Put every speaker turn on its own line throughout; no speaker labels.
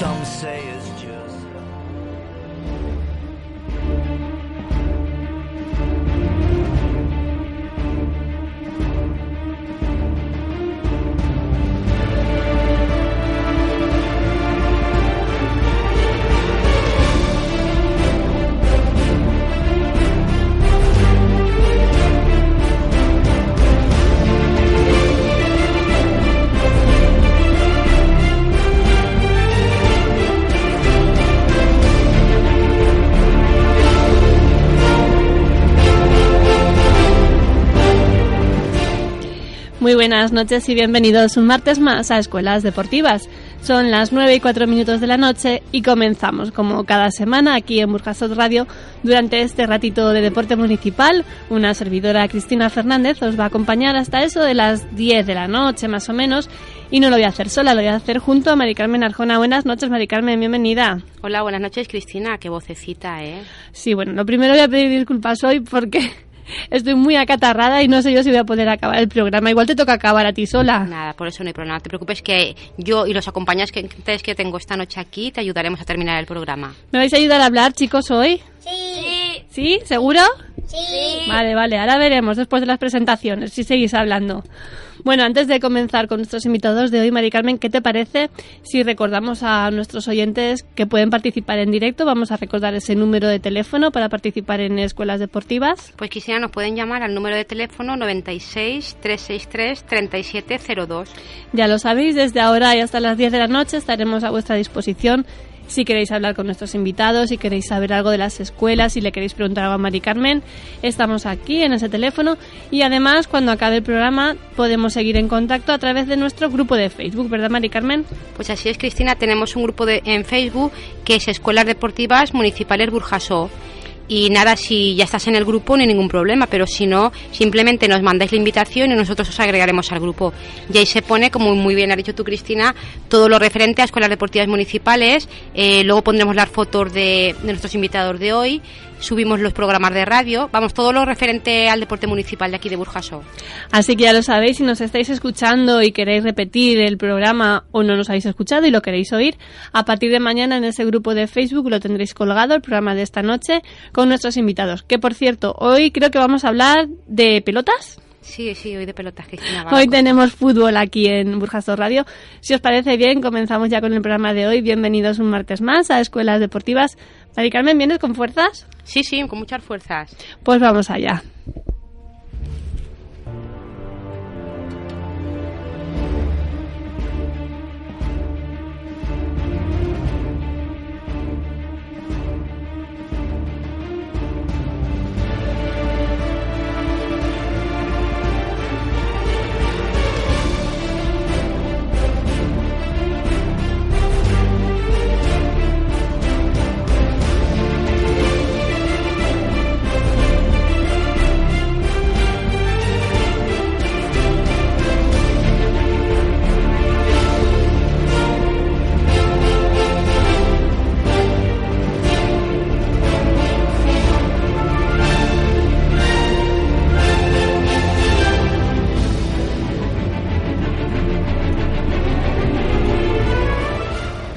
Some say it's just.
Muy buenas noches y bienvenidos un martes más a Escuelas Deportivas. Son las 9 y 4 minutos de la noche y comenzamos, como cada semana, aquí en Burjasot Radio, durante este ratito de deporte municipal. Una servidora, Cristina Fernández, os va a acompañar hasta eso de las 10 de la noche, más o menos. Y no lo voy a hacer sola, lo voy a hacer junto a Mari Carmen Arjona. Buenas noches, Mari Carmen, bienvenida.
Hola, buenas noches, Cristina. Qué vocecita, ¿eh?
Sí, bueno, lo primero voy a pedir disculpas hoy porque estoy muy acatarrada y no sé yo si voy a poder acabar el programa. Igual te toca acabar a ti sola.
Nada, por eso no hay problema. No te preocupes que yo y los acompañantes que, que tengo esta noche aquí te ayudaremos a terminar el programa.
¿Me vais a ayudar a hablar, chicos, hoy?
Sí.
¿Sí? ¿Seguro?
Sí.
Vale, vale, ahora veremos después de las presentaciones si seguís hablando. Bueno, antes de comenzar con nuestros invitados de hoy, Mari Carmen, ¿qué te parece si recordamos a nuestros oyentes que pueden participar en directo? Vamos a recordar ese número de teléfono para participar en escuelas deportivas.
Pues Cristina, nos pueden llamar al número de teléfono 96 363 3702.
Ya lo sabéis, desde ahora y hasta las 10 de la noche estaremos a vuestra disposición. Si queréis hablar con nuestros invitados, si queréis saber algo de las escuelas, si le queréis preguntar a Mari Carmen, estamos aquí en ese teléfono. Y además, cuando acabe el programa, podemos seguir en contacto a través de nuestro grupo de Facebook, ¿verdad, Mari Carmen?
Pues así es, Cristina, tenemos un grupo de, en Facebook que es Escuelas Deportivas Municipales Burjasó. Y nada, si ya estás en el grupo no hay ningún problema, pero si no, simplemente nos mandáis la invitación y nosotros os agregaremos al grupo. Y ahí se pone, como muy bien ha dicho tú, Cristina, todo lo referente a escuelas deportivas municipales. Eh, luego pondremos las fotos de, de nuestros invitados de hoy, subimos los programas de radio, vamos, todo lo referente al deporte municipal de aquí de Burjasó.
Así que ya lo sabéis, si nos estáis escuchando y queréis repetir el programa o no nos habéis escuchado y lo queréis oír, a partir de mañana en ese grupo de Facebook lo tendréis colgado, el programa de esta noche, con nuestros invitados. Que por cierto, hoy creo que vamos a hablar de pelotas.
Sí, sí, hoy de pelotas, Cristina. va.
Hoy tenemos fútbol aquí en Burjaso Radio. Si os parece bien, comenzamos ya con el programa de hoy. Bienvenidos un martes más a Escuelas Deportivas. Mari Carmen, ¿vienes con fuerzas?
Sí, sí, con muchas fuerzas.
Pues vamos allá.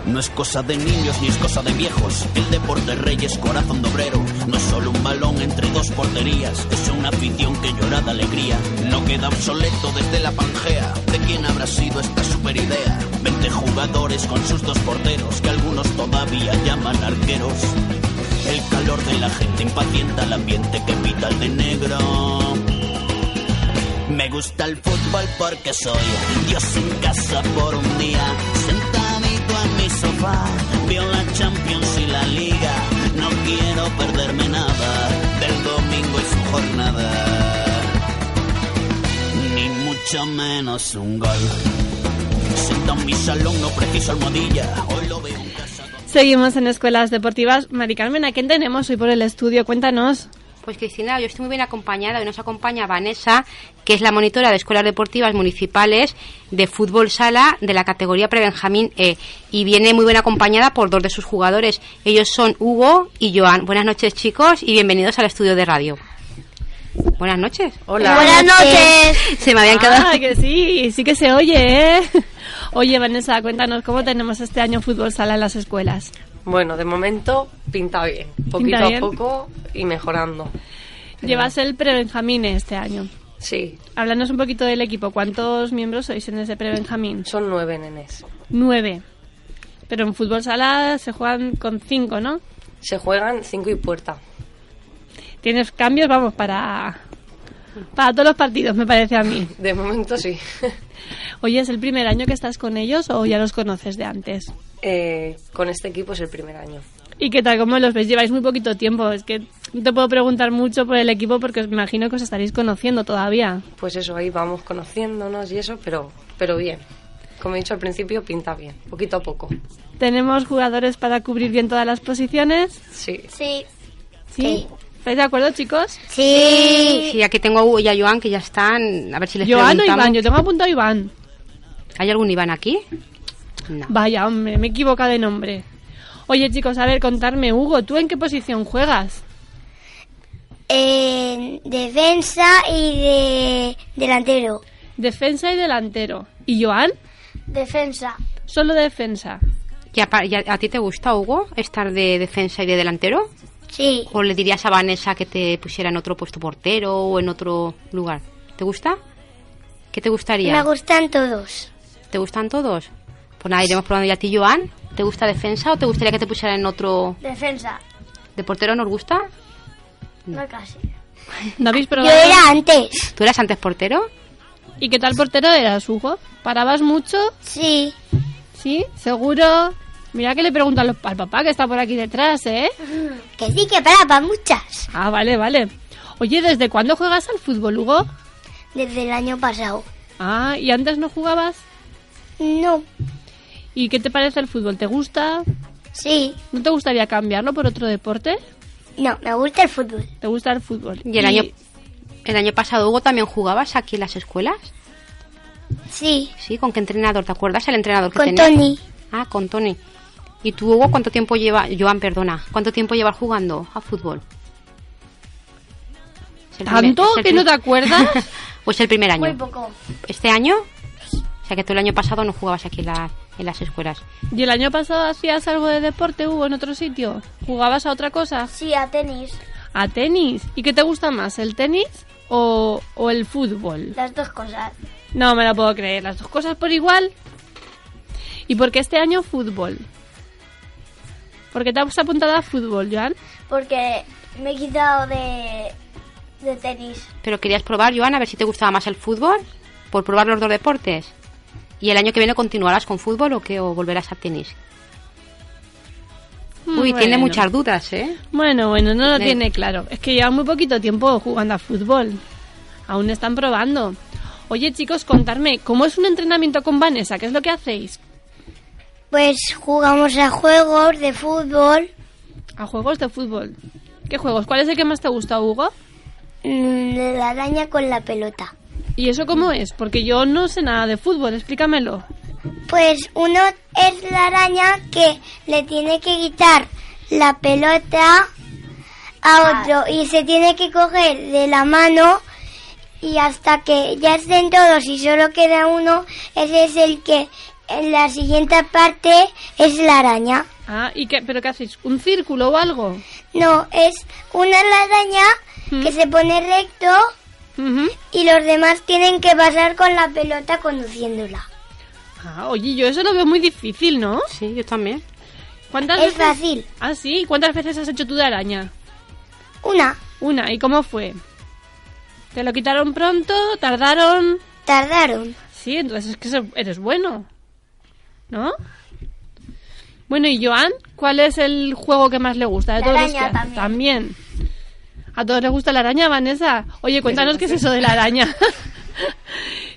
No es cosa de niños ni es cosa de viejos. El deporte rey es corazón de obrero. No es solo un balón entre dos porterías. Es una afición que llora de alegría. No queda obsoleto desde la pangea. ¿De quién habrá sido esta super idea? 20 jugadores con sus dos porteros que algunos todavía llaman arqueros. El calor de la gente impacienta el ambiente que pita el de negro. Me gusta el fútbol porque soy Dios en casa por un día. Sentadito en mi sofá, veo la Champions y la Liga. No quiero perderme nada del domingo y su jornada. Ni mucho menos un gol. sentado en mi salón, no preciso almohadilla. Hoy lo veo en casa.
Seguimos en Escuelas Deportivas. Mari Carmen, ¿a quién tenemos hoy por el estudio? Cuéntanos.
Pues Cristina, yo estoy muy bien acompañada. Hoy nos acompaña Vanessa, que es la monitora de escuelas deportivas municipales de fútbol sala de la categoría prebenjamín E. Y viene muy bien acompañada por dos de sus jugadores. Ellos son Hugo y Joan. Buenas noches, chicos, y bienvenidos al estudio de radio. Buenas noches.
Buenas noches.
Se me habían quedado.
Ah, que sí, sí que se oye, ¿eh? Oye, Vanessa, cuéntanos, ¿cómo tenemos este año fútbol sala en las escuelas?
Bueno, de momento pinta bien, poquito a
bien.
poco y mejorando.
Llevas el prebenjamine este año.
Sí,
Háblanos un poquito del equipo. ¿Cuántos miembros sois en ese prebenjamín?
son nueve nenes.
Nueve. Pero en fútbol sala se juegan con cinco, ¿no?
Se juegan cinco y puerta.
Tienes cambios, vamos, para, para todos los partidos, me parece a mí.
De momento sí.
Oye, ¿es el primer año que estás con ellos o ya los conoces de antes?
Eh, con este equipo es el primer año.
¿Y qué tal? ¿Cómo los veis? Lleváis muy poquito tiempo. Es que no te puedo preguntar mucho por el equipo porque os imagino que os estaréis conociendo todavía.
Pues eso, ahí vamos conociéndonos y eso, pero, pero bien. Como he dicho al principio, pinta bien, poquito a poco.
¿Tenemos jugadores para cubrir bien todas las posiciones?
Sí,
Sí.
Sí. ¿Estáis de acuerdo, chicos?
Sí.
Sí, aquí tengo a Hugo y a Joan que ya están. A ver si les
Joan o
preguntamos.
Iván, yo tengo apuntado a Iván.
¿Hay algún Iván aquí? No.
Vaya, hombre, me he equivocado de nombre. Oye, chicos, a ver, contarme, Hugo, ¿tú en qué posición juegas?
En defensa y de delantero.
Defensa y delantero. ¿Y Joan?
Defensa.
Solo defensa.
¿Y a, pa- y a- a ti te gusta, Hugo, estar de defensa y de delantero?
Sí.
¿O le dirías a Vanessa que te pusiera en otro puesto portero o en otro lugar? ¿Te gusta? ¿Qué te gustaría?
Me gustan todos.
¿Te gustan todos? Pues nada, iremos probando ya a ti, Joan. ¿Te gusta defensa o te gustaría que te pusiera en otro...
Defensa.
¿De portero nos gusta?
No casi.
¿No habéis
Yo
probado?
era antes.
¿Tú eras antes portero?
¿Y qué tal portero eras, Hugo? ¿Parabas mucho?
Sí.
¿Sí? ¿Seguro? Mira que le preguntan los- al papá que está por aquí detrás, ¿eh?
Que sí, que para, para muchas.
Ah, vale, vale. Oye, ¿desde cuándo juegas al fútbol, Hugo?
Desde el año pasado.
Ah, ¿y antes no jugabas?
No.
¿Y qué te parece el fútbol? ¿Te gusta?
Sí.
¿No te gustaría cambiarlo por otro deporte?
No, me gusta el fútbol.
¿Te gusta el fútbol?
¿Y el año, el año pasado, Hugo, también jugabas aquí en las escuelas?
Sí.
¿Sí? ¿Con qué entrenador? ¿Te acuerdas el entrenador que
Con
tenías?
Tony.
Ah, con Tony. ¿Y tú, Hugo, cuánto tiempo lleva, Joan, perdona, cuánto tiempo llevas jugando a fútbol? Es el primer-
¿Tanto
es el
que no
prim-
te acuerdas?
Pues el primer año.
poco.
¿Este año? O sea que tú el año pasado no jugabas aquí en, la- en las escuelas.
¿Y el año pasado hacías algo de deporte, Hugo, en otro sitio? ¿Jugabas a otra cosa?
Sí, a tenis.
¿A tenis? ¿Y qué te gusta más, el tenis o, o el fútbol?
Las dos cosas.
No me lo puedo creer, las dos cosas por igual. ¿Y por qué este año fútbol? ¿Por qué te has apuntado a fútbol, Joan?
Porque me he quitado de, de tenis.
Pero querías probar, Joan, a ver si te gustaba más el fútbol, por probar los dos deportes. ¿Y el año que viene continuarás con fútbol o qué? ¿O volverás a tenis? Uy, tiene
Mm, Bueno.
muchas dudas, ¿eh?
Bueno, bueno, no lo
Me-
tiene claro. Es que lleva muy poquito tiempo jugando a fútbol. Aún están probando. Oye, chicos, contarme, ¿cómo es un entrenamiento con Vanessa? ¿Qué es lo que hacéis?
Pues jugamos a juegos de fútbol,
A juegos de fútbol. ¿Qué juegos? ¿Cuál es el que más te gusta, Hugo?
mm, de la araña con la pelota.
¿Y eso cómo es? Porque yo no sé nada de fútbol, explícamelo.
Pues uno es la araña que le tiene que quitar la pelota a otro y se tiene que coger de la mano y hasta que ya estén todos y solo queda uno, ese es el que en la siguiente parte es la araña.
Ah, ¿y qué? ¿Pero qué hacéis? ¿Un círculo o algo?
No, es una araña que se pone recto
Ujú.
y los demás tienen que pasar con la pelota conduciéndola.
Ah, oye, yo eso lo veo muy difícil, ¿no?
Sí, yo también.
¿Cuántas veces?
Es fácil.
Ah, sí. ¿Cuántas veces has hecho tú de araña?
Una,
Una. ¿Y cómo fue? ¿Te lo quitaron pronto? ¿Tardaron?
tardaron.
Sí, entonces es que se- eres bueno. ¿No? Bueno, y Joan, ¿cuál es el juego que más le gusta? De
La
todos los
araña
que-
también.
también. ¿A todos les gusta la araña, Vanessa? Oye, cuéntanos qué es eso de la araña.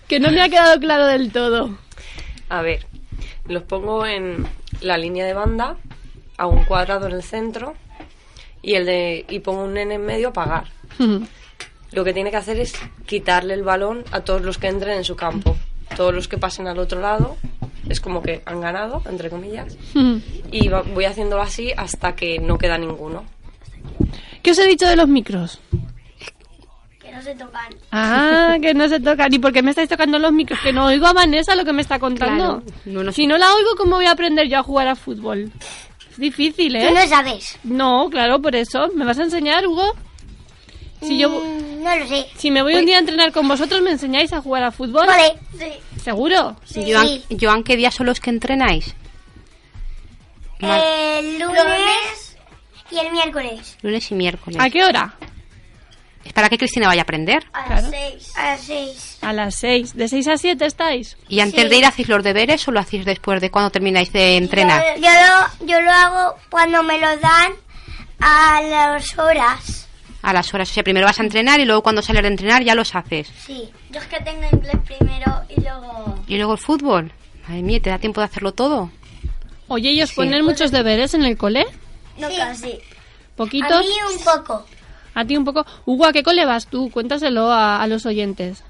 que no me ha quedado claro del todo.
A ver, los pongo en la línea de banda, a un cuadrado en el centro y el de y pongo un nene en medio a pagar. Lo que tiene que hacer es quitarle el balón a todos los que entren en su campo. Todos los que pasen al otro lado es como que han ganado, entre comillas. Y va- voy haciéndolo así hasta que no queda ninguno.
¿Qué os he dicho de los micros?
Que no se tocan.
Ah, que no se tocan. ¿Y por qué me estáis tocando los micros? Que no oigo a Vanessa lo que me está contando.
Claro, no lo
si no la oigo, ¿cómo voy a aprender yo a jugar a fútbol? Es difícil, ¿eh?
Tú no sabes.
No, claro, por eso. ¿Me vas a enseñar, Hugo? Si yo
Mm, no lo sé.
si me voy un día a entrenar con vosotros, ¿me enseñáis a jugar a fútbol?
Vale. Sí.
¿Seguro?
Sí.
Joan, Joan, ¿qué días son los que entrenáis?
Eh. El lunes y el miércoles.
Lunes y miércoles.
¿A qué hora?
Es para que Cristina vaya a aprender.
A
Claro.
las seis. A las seis.
A las 6. ¿De 6 a 7 estáis?
¿Y antes
Sí.
de ir hacéis los deberes o lo hacéis después de cuando termináis de entrenar?
Yo, yo lo, yo lo hago cuando me lo dan a las horas.
A las horas. O sea, primero vas a entrenar y luego cuando sales de entrenar ya los haces.
Sí. Yo es que tengo inglés primero y luego...
¿Y luego el fútbol? Madre mía, ¿te da tiempo de hacerlo todo?
Oye, ¿y os
Sí.
ponen muchos deberes en el cole?
No casi. A
¿Poquitos?
mí un poco.
A ti un poco. Hugo, ¿a qué cole vas tú? Cuéntaselo a, a los oyentes.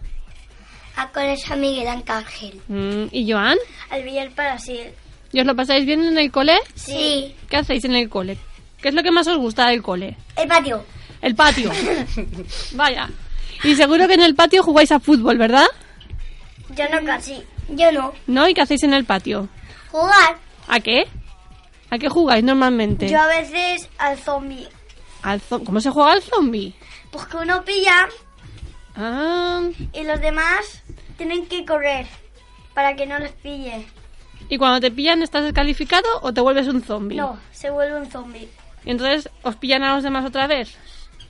A Colegio Miguel Ángel.
Mm, ¿Y Joan?
Al Villar Brasil.
¿Y os lo pasáis bien en el cole?
Sí.
¿Qué hacéis en el cole? ¿Qué es lo que más os gusta del cole?
El patio.
El patio. Vaya. Y seguro que en el patio jugáis a fútbol, ¿verdad?
Yo no casi. Yo no.
¿No? ¿Y qué hacéis en el patio?
Jugar.
¿A qué? ¿A qué jugáis normalmente?
a veces al zombie.
Al zo- ¿Cómo se juega al zombie?
Pues que uno pilla
Ah,
y los demás tienen que correr para que no les pille.
¿Y cuando te pillan estás descalificado o te vuelves un zombie?
No, se vuelve un zombie.
Y entonces os pillan a los demás otra vez.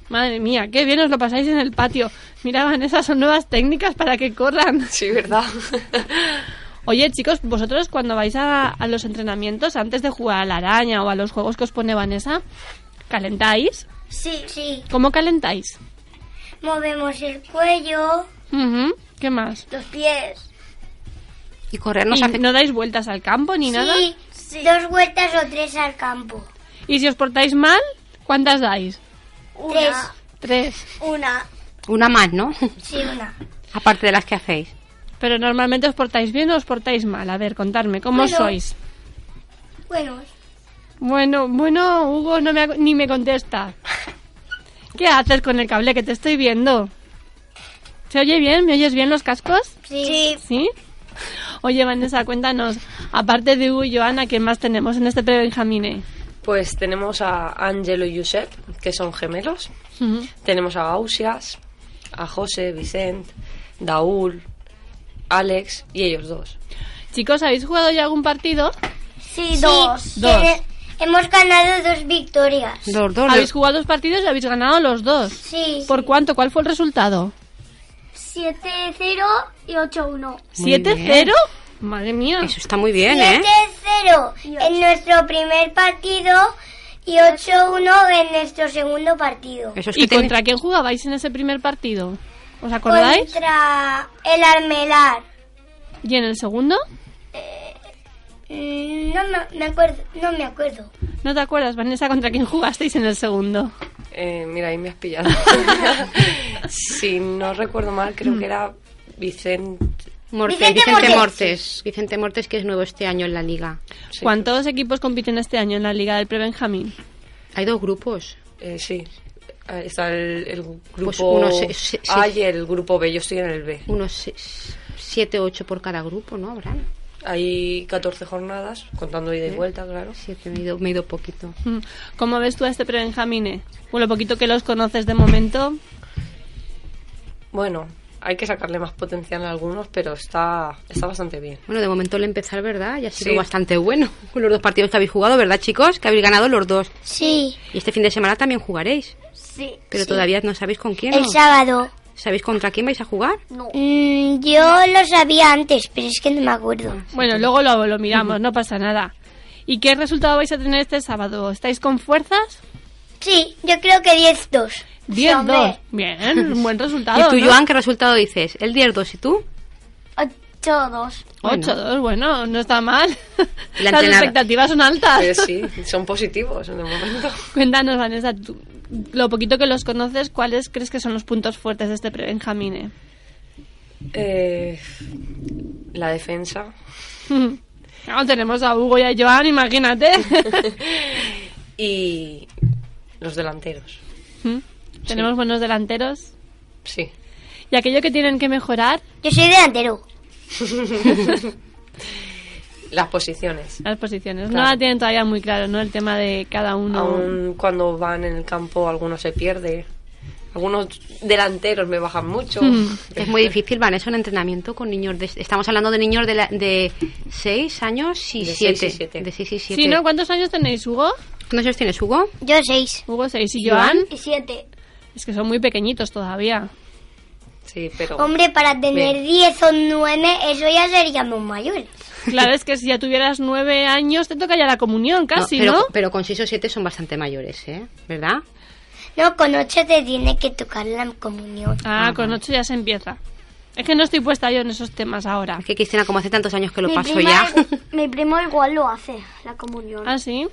Madre mía, qué bien os lo pasáis en el patio. Mira, Vanessa, son nuevas técnicas para que corran.
Sí, ¿verdad?
Oye, chicos, vosotros cuando vais a, a los entrenamientos, antes de jugar a la araña o a los juegos que os pone Vanessa, ¿calentáis?
Sí, sí.
¿Cómo calentáis?
Movemos el cuello,
Ujú, ¿Qué más?
los pies.
¿Y correr nos
¿Y
hace...
¿No dais vueltas al campo ni nada?
Sí, dos vueltas o tres al campo.
¿Y si os portáis mal, cuántas dais?
Tres.
Tres.
Una.
Una más, ¿no?
Sí, una.
Aparte de las que hacéis.
Pero normalmente os portáis bien o os portáis mal. A ver, contadme, ¿cómo
Bueno.
sois?
Bueno,
Bueno, bueno, Hugo no me ha- ni me contesta. ¿Qué haces con el cable que te estoy viendo? ¿Se oye bien? ¿Me oyes bien los cascos?
sí.
¿Sí? Oye, Vanessa, cuéntanos, aparte de Hugo y Joana, ¿quién más tenemos en este pre-Benjamine?
Pues tenemos a Angelo y Josep, que son gemelos.
Ujú.
Tenemos a Gausias, a José, Vicent, Daúl, Alex y ellos dos.
Chicos, ¿habéis jugado ya algún partido?
Sí, dos.
Dos.
Tiene- Hemos ganado dos victorias.
Los dos.
¿Habéis jugado dos partidos y habéis ganado los dos?
Sí.
¿Por cuánto? ¿Cuál fue el resultado?
7-0 y 8-1.
Muy
¿7-0? Madre mía.
Eso está muy bien, ¿eh?
7-0 en nuestro primer partido y 8-1 en nuestro segundo partido.
Eso es
¿Y
pues que tiene-
contra quién jugabais en ese primer partido? ¿Os acordáis?
Contra el Almelar.
¿Y en el segundo?
Mm, No me, me acuerdo, no me acuerdo.
¿No te acuerdas, Vanessa, contra quién jugasteis en el segundo?
Eh, mira, ahí me has pillado. si no recuerdo mal, creo que era Vicent.
Mortes,
Vicente
Vicente,
Mortes.
Mortes. Vicente Mortes, que es nuevo este año en la liga.
sí.
¿Cuántos equipos compiten este año en la Liga del Pre-Benjamín?
Hay dos grupos.
Eh, sí. Eh, Está el, el grupo
Pues uno, sí, sí, sí.
A y el grupo B. Yo estoy en el B.
Unos seis- siete, ocho por cada grupo, ¿no? Habrán.
Hay 14 jornadas, contando ida y vuelta, claro.
Siete, me he ido, me he ido poquito.
Mm, ¿Cómo ves tú a este Pre-Benjamine? Por lo poquito que los conoces de momento.
Bueno, hay que sacarle más potencial a algunos, pero está, está bastante bien.
Bueno, de momento el empezar, ¿verdad? Ya ha sido
Sí.
bastante bueno. Con los dos partidos que habéis jugado, ¿verdad, chicos? Que habéis ganado los dos.
Sí,
Y este fin de semana también jugaréis.
sí.
Pero todavía no sabéis con quién.
El
¿no?
sábado.
¿Sabéis contra quién vais a jugar?
Mm, yo lo sabía antes, pero es que no me acuerdo.
Ah.
Bueno, luego lo, lo miramos, no pasa nada. ¿Y qué resultado vais a tener este sábado? ¿Estáis con fuerzas?
Sí, yo creo que 10-2. Sí,
10-2.
hombre.
Bien, un buen
¿Y
resultado.
tú,
¿no?
Joan, qué resultado dices? El 10-2 y tú.
O- 8-2.
Bueno.
8-2, bueno, no está mal.
La
Las
entrenada-
expectativas son
Ah.
altas.
Pero Eh, sí, son positivos en el momento.
Cuéntanos, Vanessa, tú, lo poquito que los conoces, ¿cuáles crees que son los puntos fuertes de este pre-Benjamine?
Eh, la defensa.
Ah, tenemos a Hugo y a Joan, imagínate.
Y los delanteros.
Mm, tenemos buenos delanteros.
Sí.
Y aquello que tienen que mejorar,
Yo soy delantero.
Las posiciones.
las posiciones. No
Claro.
la tienen todavía muy claro, ¿no? El tema de cada uno.
Aún cuando van en el campo, algunos se pierde. Algunos delanteros me bajan mucho.
Es muy difícil, van, es un entrenamiento con niños. de- estamos hablando de niños de, la- de 6 años y
De seis y
7.
siete.
De 6 y 7.
Sí, ¿no? ¿Cuántos años tenéis, Hugo?
¿Cuántos años tienes, Hugo?
Yo 6.
Hugo 6 y Joan.
7.
Es que son muy pequeñitos todavía.
Sí, pero.
Hombre, para tener
Bien.
10 o 9, eso ya seríamos mayores.
Claro, es que si ya tuvieras nueve años te toca ya la comunión casi,
pero,
¿no?
pero con 6 o 7 son bastante mayores, ¿eh? ¿Verdad?
No, con 8 te tiene que tocar la comunión.
Ah, con ocho ya se empieza. Es que no estoy puesta yo en esos temas ahora.
Es que Cristina, como hace tantos años que lo
Mi
pasó
prima-
ya.
Mi primo igual lo hace, la comunión.
¿Ah, sí?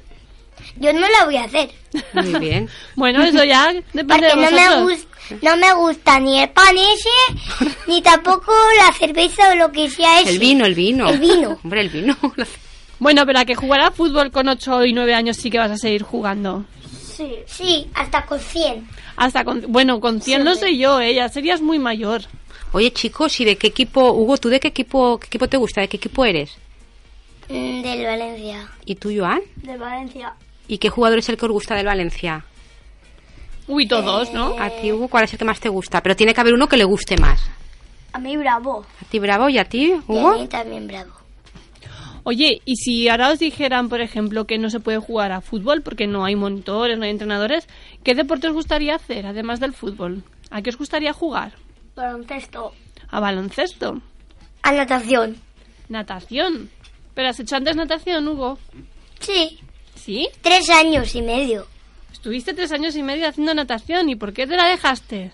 Yo no la voy a hacer.
Muy bien.
Bueno, eso ya depende
Porque
de
no
vosotros.
me, gus- no me gusta ni el pan ese, ni tampoco la cerveza o lo que sea ese.
El vino, el vino.
El vino.
Hombre, el vino.
Bueno, pero a que jugará fútbol con ocho y nueve años sí que vas a seguir jugando.
Sí. Sí, hasta con 100.
Hasta con... Bueno, con 100 no sé yo, ¿eh? Ya serías muy mayor.
Oye, chicos, ¿y de qué equipo, Hugo, tú de qué equipo, qué equipo te gusta? ¿De qué equipo eres?
Mm, Del Valencia.
¿Y tú, Joan?
Del Valencia.
¿Y qué jugador es el que os gusta del Valencia?
Uy, todos, ¿no?
A ti, Hugo, ¿cuál es el que más te gusta? Pero tiene que haber uno que le guste más.
A mí Bravo.
¿A ti, Bravo? ¿Y a ti,
Y a
Hugo?
mí también Bravo.
Oye, y si ahora os dijeran, por ejemplo, que no se puede jugar a fútbol porque no hay monitores, no hay entrenadores, ¿qué deporte os gustaría hacer además del fútbol? ¿A qué os gustaría jugar?
Baloncesto.
¿A baloncesto?
A natación.
¿Natación? ¿Pero has hecho antes natación, Hugo?
Sí.
¿Sí?
Tres años y medio.
Estuviste tres años y medio haciendo natación y ¿por qué te la dejaste?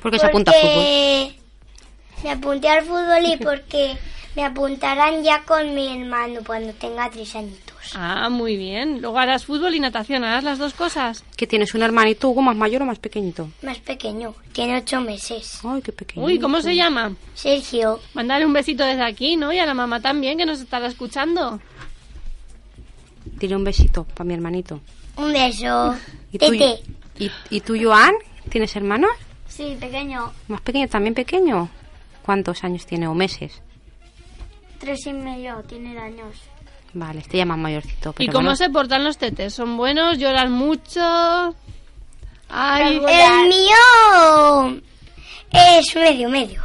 Porque se apunta a fútbol.
Porque Me apunté al fútbol y porque me apuntarán ya con mi hermano cuando tenga tres añitos.
Ah, muy bien. Luego harás fútbol y natación, harás las dos cosas.
¿Qué tienes? ¿Un hermanito, Hugo, más mayor o más pequeñito?
Más pequeño, tiene ocho meses.
Ay, qué pequeño.
Uy, ¿cómo se llama?
Sergio,
Mandar un besito desde aquí, ¿no? Y a la mamá también, que nos estará escuchando.
Dile un besito para mi hermanito.
un beso.
¿Y tú,
Tete.
¿y, y tú, Joan? ¿Tienes hermanos?
Sí, pequeño,
¿Más pequeño? ¿También pequeño? ¿Cuántos años tiene o meses?
tres y medio, tiene años.
Vale, este ya más mayorcito.
¿Y
pero
cómo
bueno.
se portan los tetes? ¿Son buenos? ¿Lloran mucho? Ay,
El mío es medio, medio.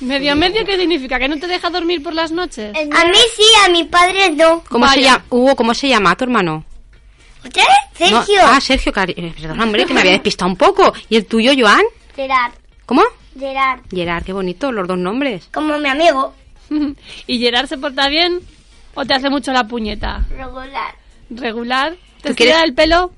medio medio, ¿qué significa? ¿Que no te deja dormir por las noches?
A mí sí, a mis padres no.
¿Cómo se
Vaya.
llama? Hugo, ¿cómo se llama tu hermano?
¿Usted?
No,
Sergio.
ah, Sergio, cari- eh, perdón, hombre, que me había despistado un poco. ¿Y el tuyo, Joan?
Gerard,
¿Cómo?
Gerard.
Gerard, "Ah, qué bonito, los dos nombres.
Como mi amigo.
¿Y Gerard se porta bien? ¿O te hace mucho la puñeta?
Regular.
¿Regular? ¿Te
¿Tú quieres-
estira el pelo?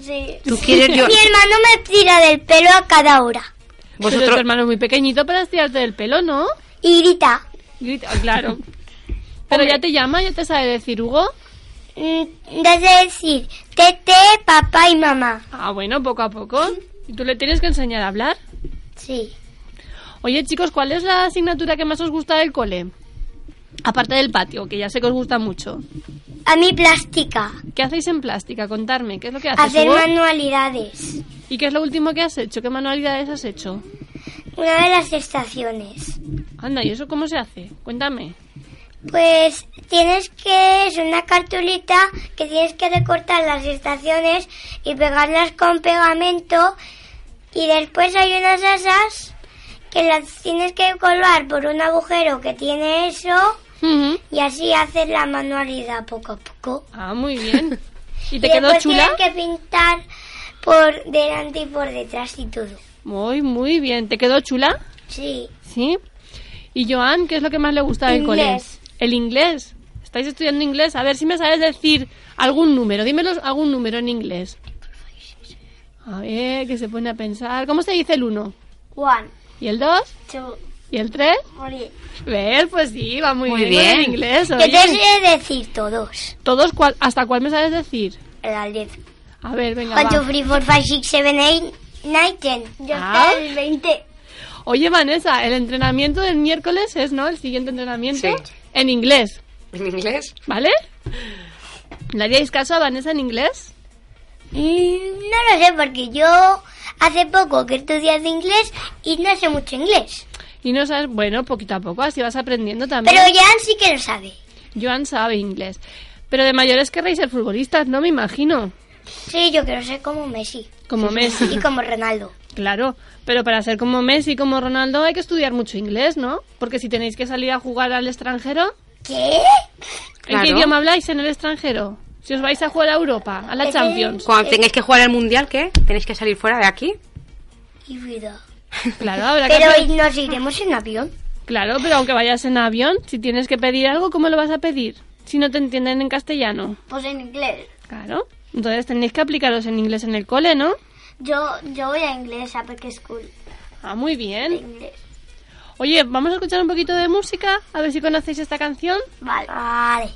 Sí.
¿Tú quieres,
Mi
Joan?
hermano me tira del pelo a cada hora.
Pero tu
Vosotros,
hermano es muy pequeñito para estirarte del pelo, ¿no?
Y grita.
Grita, oh, claro. Pero ya te llama, ya te sabe decir Hugo.
Mm, Es decir, tete, papá y mamá.
Ah, bueno, poco a poco. ¿Y tú le tienes que enseñar a hablar?
Sí.
Oye, chicos, ¿cuál es la asignatura que más os gusta del cole? Aparte del patio, que ya sé que os gusta mucho.
A mí plástica.
¿Qué hacéis en plástica? Contarme, ¿qué es lo que haces?
Hacer
Hugo?
manualidades.
¿Y qué es lo último que has hecho? ¿Qué manualidades has hecho?
Una de las estaciones.
Anda, ¿y eso cómo se hace? Cuéntame.
Pues tienes que, es una cartulita que tienes que recortar las estaciones y pegarlas con pegamento y después hay unas asas que las tienes que colgar por un agujero que tiene eso
Ujú.
y así haces la manualidad poco a poco.
Ah, muy bien. ¿Y te
Y
quedó
después
chula?
tienes pues que pintar por delante y por detrás y todo.
Muy, muy bien. ¿Te quedó chula?
Sí.
Sí. ¿Y Joan, qué es lo que más le gusta del cole?
Inglés.
El inglés. ¿Estáis estudiando inglés? A ver si me sabes decir algún número. Dímelo algún número en inglés. A ver, que se pone a pensar. ¿Cómo se dice el 1?
One,
¿Y el 2?
two,
¿Y el 3?
Morir.
Ver, pues sí, va muy,
Muy
bien, con el
bien.
inglés.
Que
oye.
te sé decir todos.
¿Todos cuál- ¿Hasta cuál me sabes decir?
El alef.
A ver, venga.
1, 2,
va.
3, 4, 5, 6, 7, 8, 9, 10. Yo
Ah.
el 20.
Oye, Vanessa, el entrenamiento del miércoles es, ¿no? El siguiente entrenamiento.
Sí.
En inglés,
¿En inglés?
¿vale? ¿Le haríais caso a Vanessa en inglés?
Mm, No lo sé, porque yo hace poco que estudias de inglés y no sé mucho inglés.
Y no sabes, bueno, poquito a poco, así vas aprendiendo también.
Pero Jan sí que lo sabe.
Joan sabe inglés. Pero de mayores querréis ser futbolistas, ¿no? Me imagino.
Sí, yo quiero ser como Messi.
Como Messi.
Y como Ronaldo.
Claro, pero para ser como Messi, como Ronaldo, hay que estudiar mucho inglés, ¿no? Porque si tenéis que salir a jugar al extranjero,
¿Qué?
¿en
Claro.
qué idioma habláis en el extranjero? Si os vais a jugar a Europa, a la
Pepe.
Champions.
Cuando tengáis que jugar al mundial, ¿qué? ¿Tenéis que salir fuera de aquí?
Y vida.
Claro, habrá que
Pero
aprender-
¿y nos iremos en avión.
Claro, pero aunque vayas en avión, si tienes que pedir algo, ¿cómo lo vas a pedir? Si no te entienden en castellano.
Pues en inglés.
Claro. Entonces tenéis que aplicaros en inglés en el cole, ¿no?
Yo, yo voy a inglesa porque es cool.
Ah, muy bien.
Inglés.
Oye, vamos a escuchar un poquito de música, a ver si conocéis esta canción.
Vale. Vale.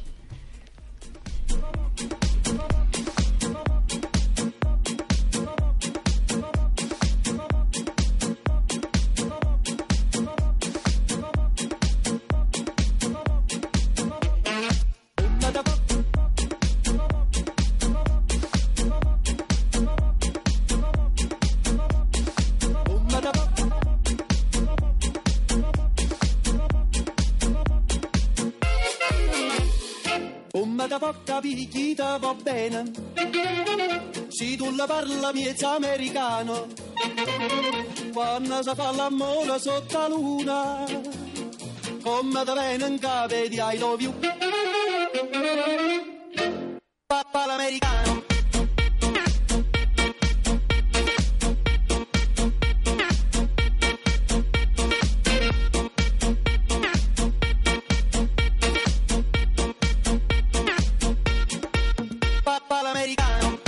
Come da porta picchita va bene. Se tu la parla miezza americano. Quando si fa l'amore sotto la luna. Come da bene in cave di I love you. Papà l'americano. Papà l'americano.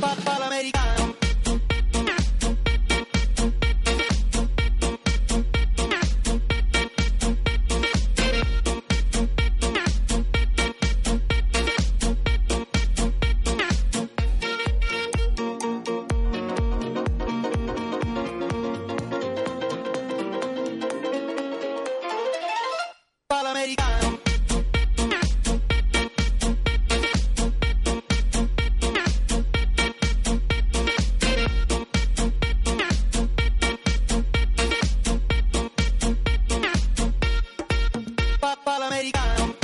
Papà l'americano. Papà l'americano. Papà l'americano.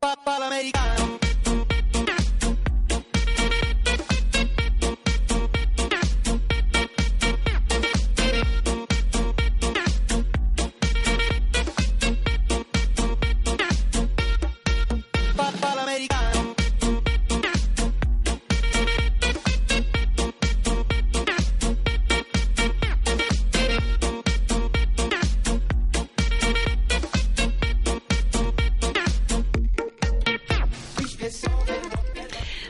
Papà l'americano. Papà l'americano.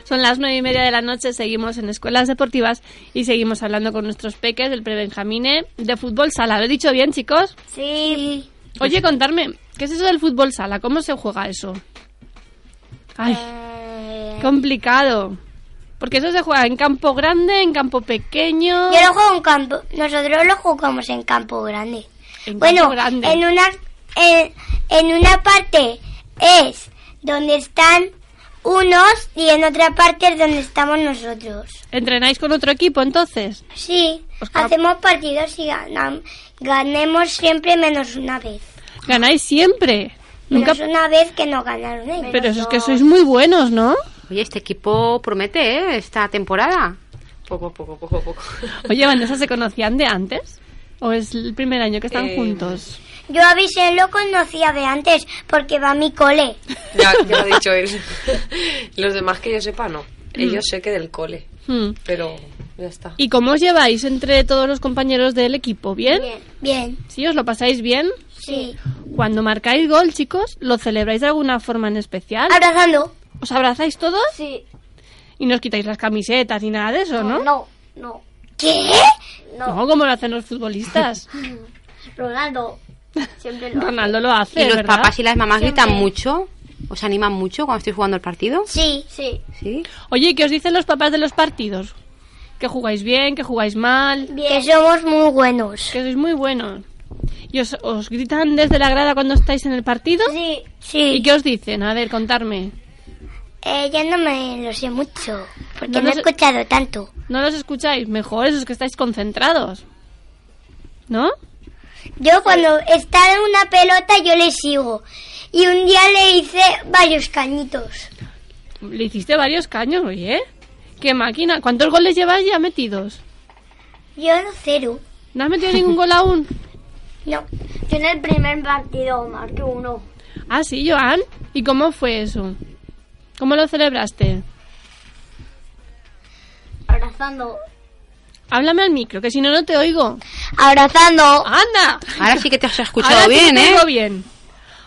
Son las nueve y media de la noche, seguimos en escuelas deportivas y seguimos hablando con nuestros peques del prebenjamine de fútbol sala. ¿Lo he dicho bien, chicos?
Sí.
Oye, contarme, ¿qué es eso del fútbol sala? ¿Cómo se juega eso? Ay,
Eh,
complicado. Porque eso se juega en campo grande, en campo pequeño.
Yo lo juego en campo. Nosotros lo jugamos en campo grande.
En
bueno,
campo grande.
en una en, en una parte es donde están unos y en otra parte es donde estamos nosotros.
¿Entrenáis con otro equipo entonces?
Sí,
Os cap-
hacemos partidos y ganam- ganemos siempre menos una vez.
Ganáis siempre. Nunca.
Menos una vez que no ganaron ellos.
Pero eso es que sois muy buenos, ¿no?
Oye, este equipo promete, ¿eh? Esta temporada.
Poco a poco, poco a poco.
Oye, Vanessa, ¿se conocían de antes? ¿O es el primer año que están
Eh,
juntos?
Yo a Vicente lo conocía de antes porque va a mi cole.
ya, ya lo ha dicho él. Los demás que yo sepa, no. Ellos sé que del cole,
Hmm.
pero ya está.
Mm. ¿Y cómo os lleváis entre todos los compañeros del equipo? ¿Bien?
Bien,
¿Sí? ¿Os lo pasáis bien?
sí.
Cuando marcáis gol, chicos, ¿lo celebráis de alguna forma en especial?
Abrazando.
¿Os abrazáis todos?
Sí.
Y no os quitáis las camisetas ni nada de eso, ¿no?
No, no.
¿Qué?
No, como lo hacen los futbolistas.
Ronaldo siempre lo
Ronaldo lo hace,
y los
¿verdad?
papás y las mamás
Siempre.
gritan mucho. ¿Os animan mucho cuando estoy jugando el partido?
Sí.
Sí.
Sí.
Oye, ¿qué os dicen los papás de los partidos? Que jugáis bien, que jugáis mal,
Que somos muy buenos.
que sois muy buenos. ¿Y os, os gritan desde la grada cuando estáis en el partido?
Sí.
¿Y
Sí.
qué os dicen? A ver, contarme.
Eh, ya no me lo sé mucho porque
No
no,
lo
he
sé-
escuchado tanto.
¿No los escucháis? Mejor esos que estáis concentrados. ¿No?
Yo cuando está en una pelota yo le sigo. Y un día le hice varios cañitos.
Le hiciste varios caños, oye. ¡Qué máquina! ¿Cuántos goles lleváis ya metidos?
Yo cero.
¿No has metido ningún gol aún?
No.
Yo en el primer partido marqué uno.
Ah, sí, Joan. ¿Y cómo fue eso? ¿Cómo lo celebraste?
Abrazando.
Háblame al micro, que si no, no te oigo.
Abrazando.
¡Anda!
Ahora sí que te has escuchado
Ahora sí
bien,
te
¿eh?
oigo bien.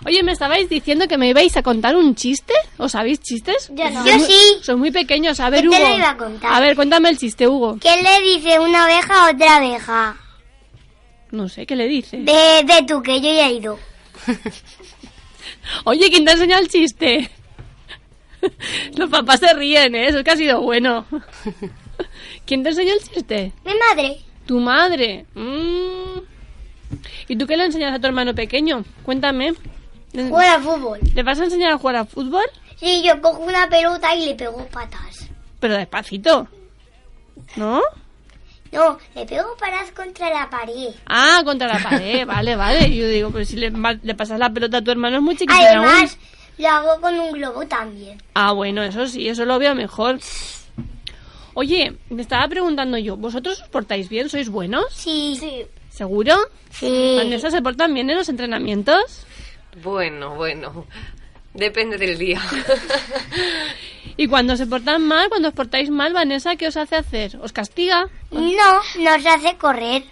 Oye, ¿me estabais diciendo que me ibais a contar un chiste? ¿Os sabéis chistes?
Ya no.
Yo sí.
Son muy pequeños. A ver,
Yo
Hugo.
te lo iba a contar.
A ver, cuéntame el chiste, Hugo.
¿Qué le dice una abeja a otra abeja?
No sé, ¿qué le dice?
Ve, ve tú que yo ya he ido.
Oye, ¿quién te ha enseñado el chiste? Los papás se ríen, ¿eh? Eso es que ha sido bueno. ¿Quién te enseñó el chiste?
Mi madre.
Tu madre. Mm. ¿Y tú qué le enseñas a tu hermano pequeño? Cuéntame. ¿Le-
Juega al fútbol.
¿Le vas a enseñar a jugar a fútbol?
Sí, yo cojo una pelota y le pego patas.
Pero despacito. ¿No?
No, le pego patas contra la pared.
Ah, contra la pared. vale, vale. Yo digo, pero si le, ma- le pasas la pelota a tu hermano es muy chiquitito aún.
Además, lo hago con un globo también.
Ah, bueno, eso sí, eso lo veo mejor. Oye, me estaba preguntando yo, ¿vosotros os portáis bien? ¿Sois buenos?
Sí.
Sí.
¿Seguro?
Sí.
¿Vanessa se portan bien en los entrenamientos?
Bueno, bueno. Depende del día.
Y cuando se portan mal, cuando os portáis mal, Vanessa, ¿qué os hace hacer? ¿Os castiga?
No, nos hace correr.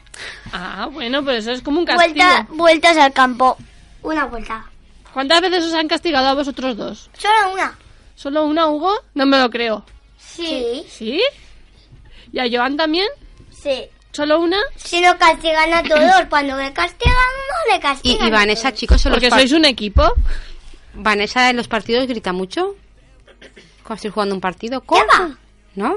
Ah, bueno, pues eso es como un castigo.
Vuelta, vueltas al campo. Una vuelta.
¿Cuántas veces os han castigado a vosotros dos?
Solo una.
¿Solo una, Hugo? No me lo creo.
Sí.
¿Sí? ¿Y a Joan también?
Sí.
¿Solo una?
Si no castigan a todos, cuando le castigan, no le
Y,
castigan.
y Vanessa, chicos, en los
Porque
par-
sois un equipo.
Vanessa en los partidos grita mucho. Cuando estoy jugando un partido, ¿cómo?
va?
¿No?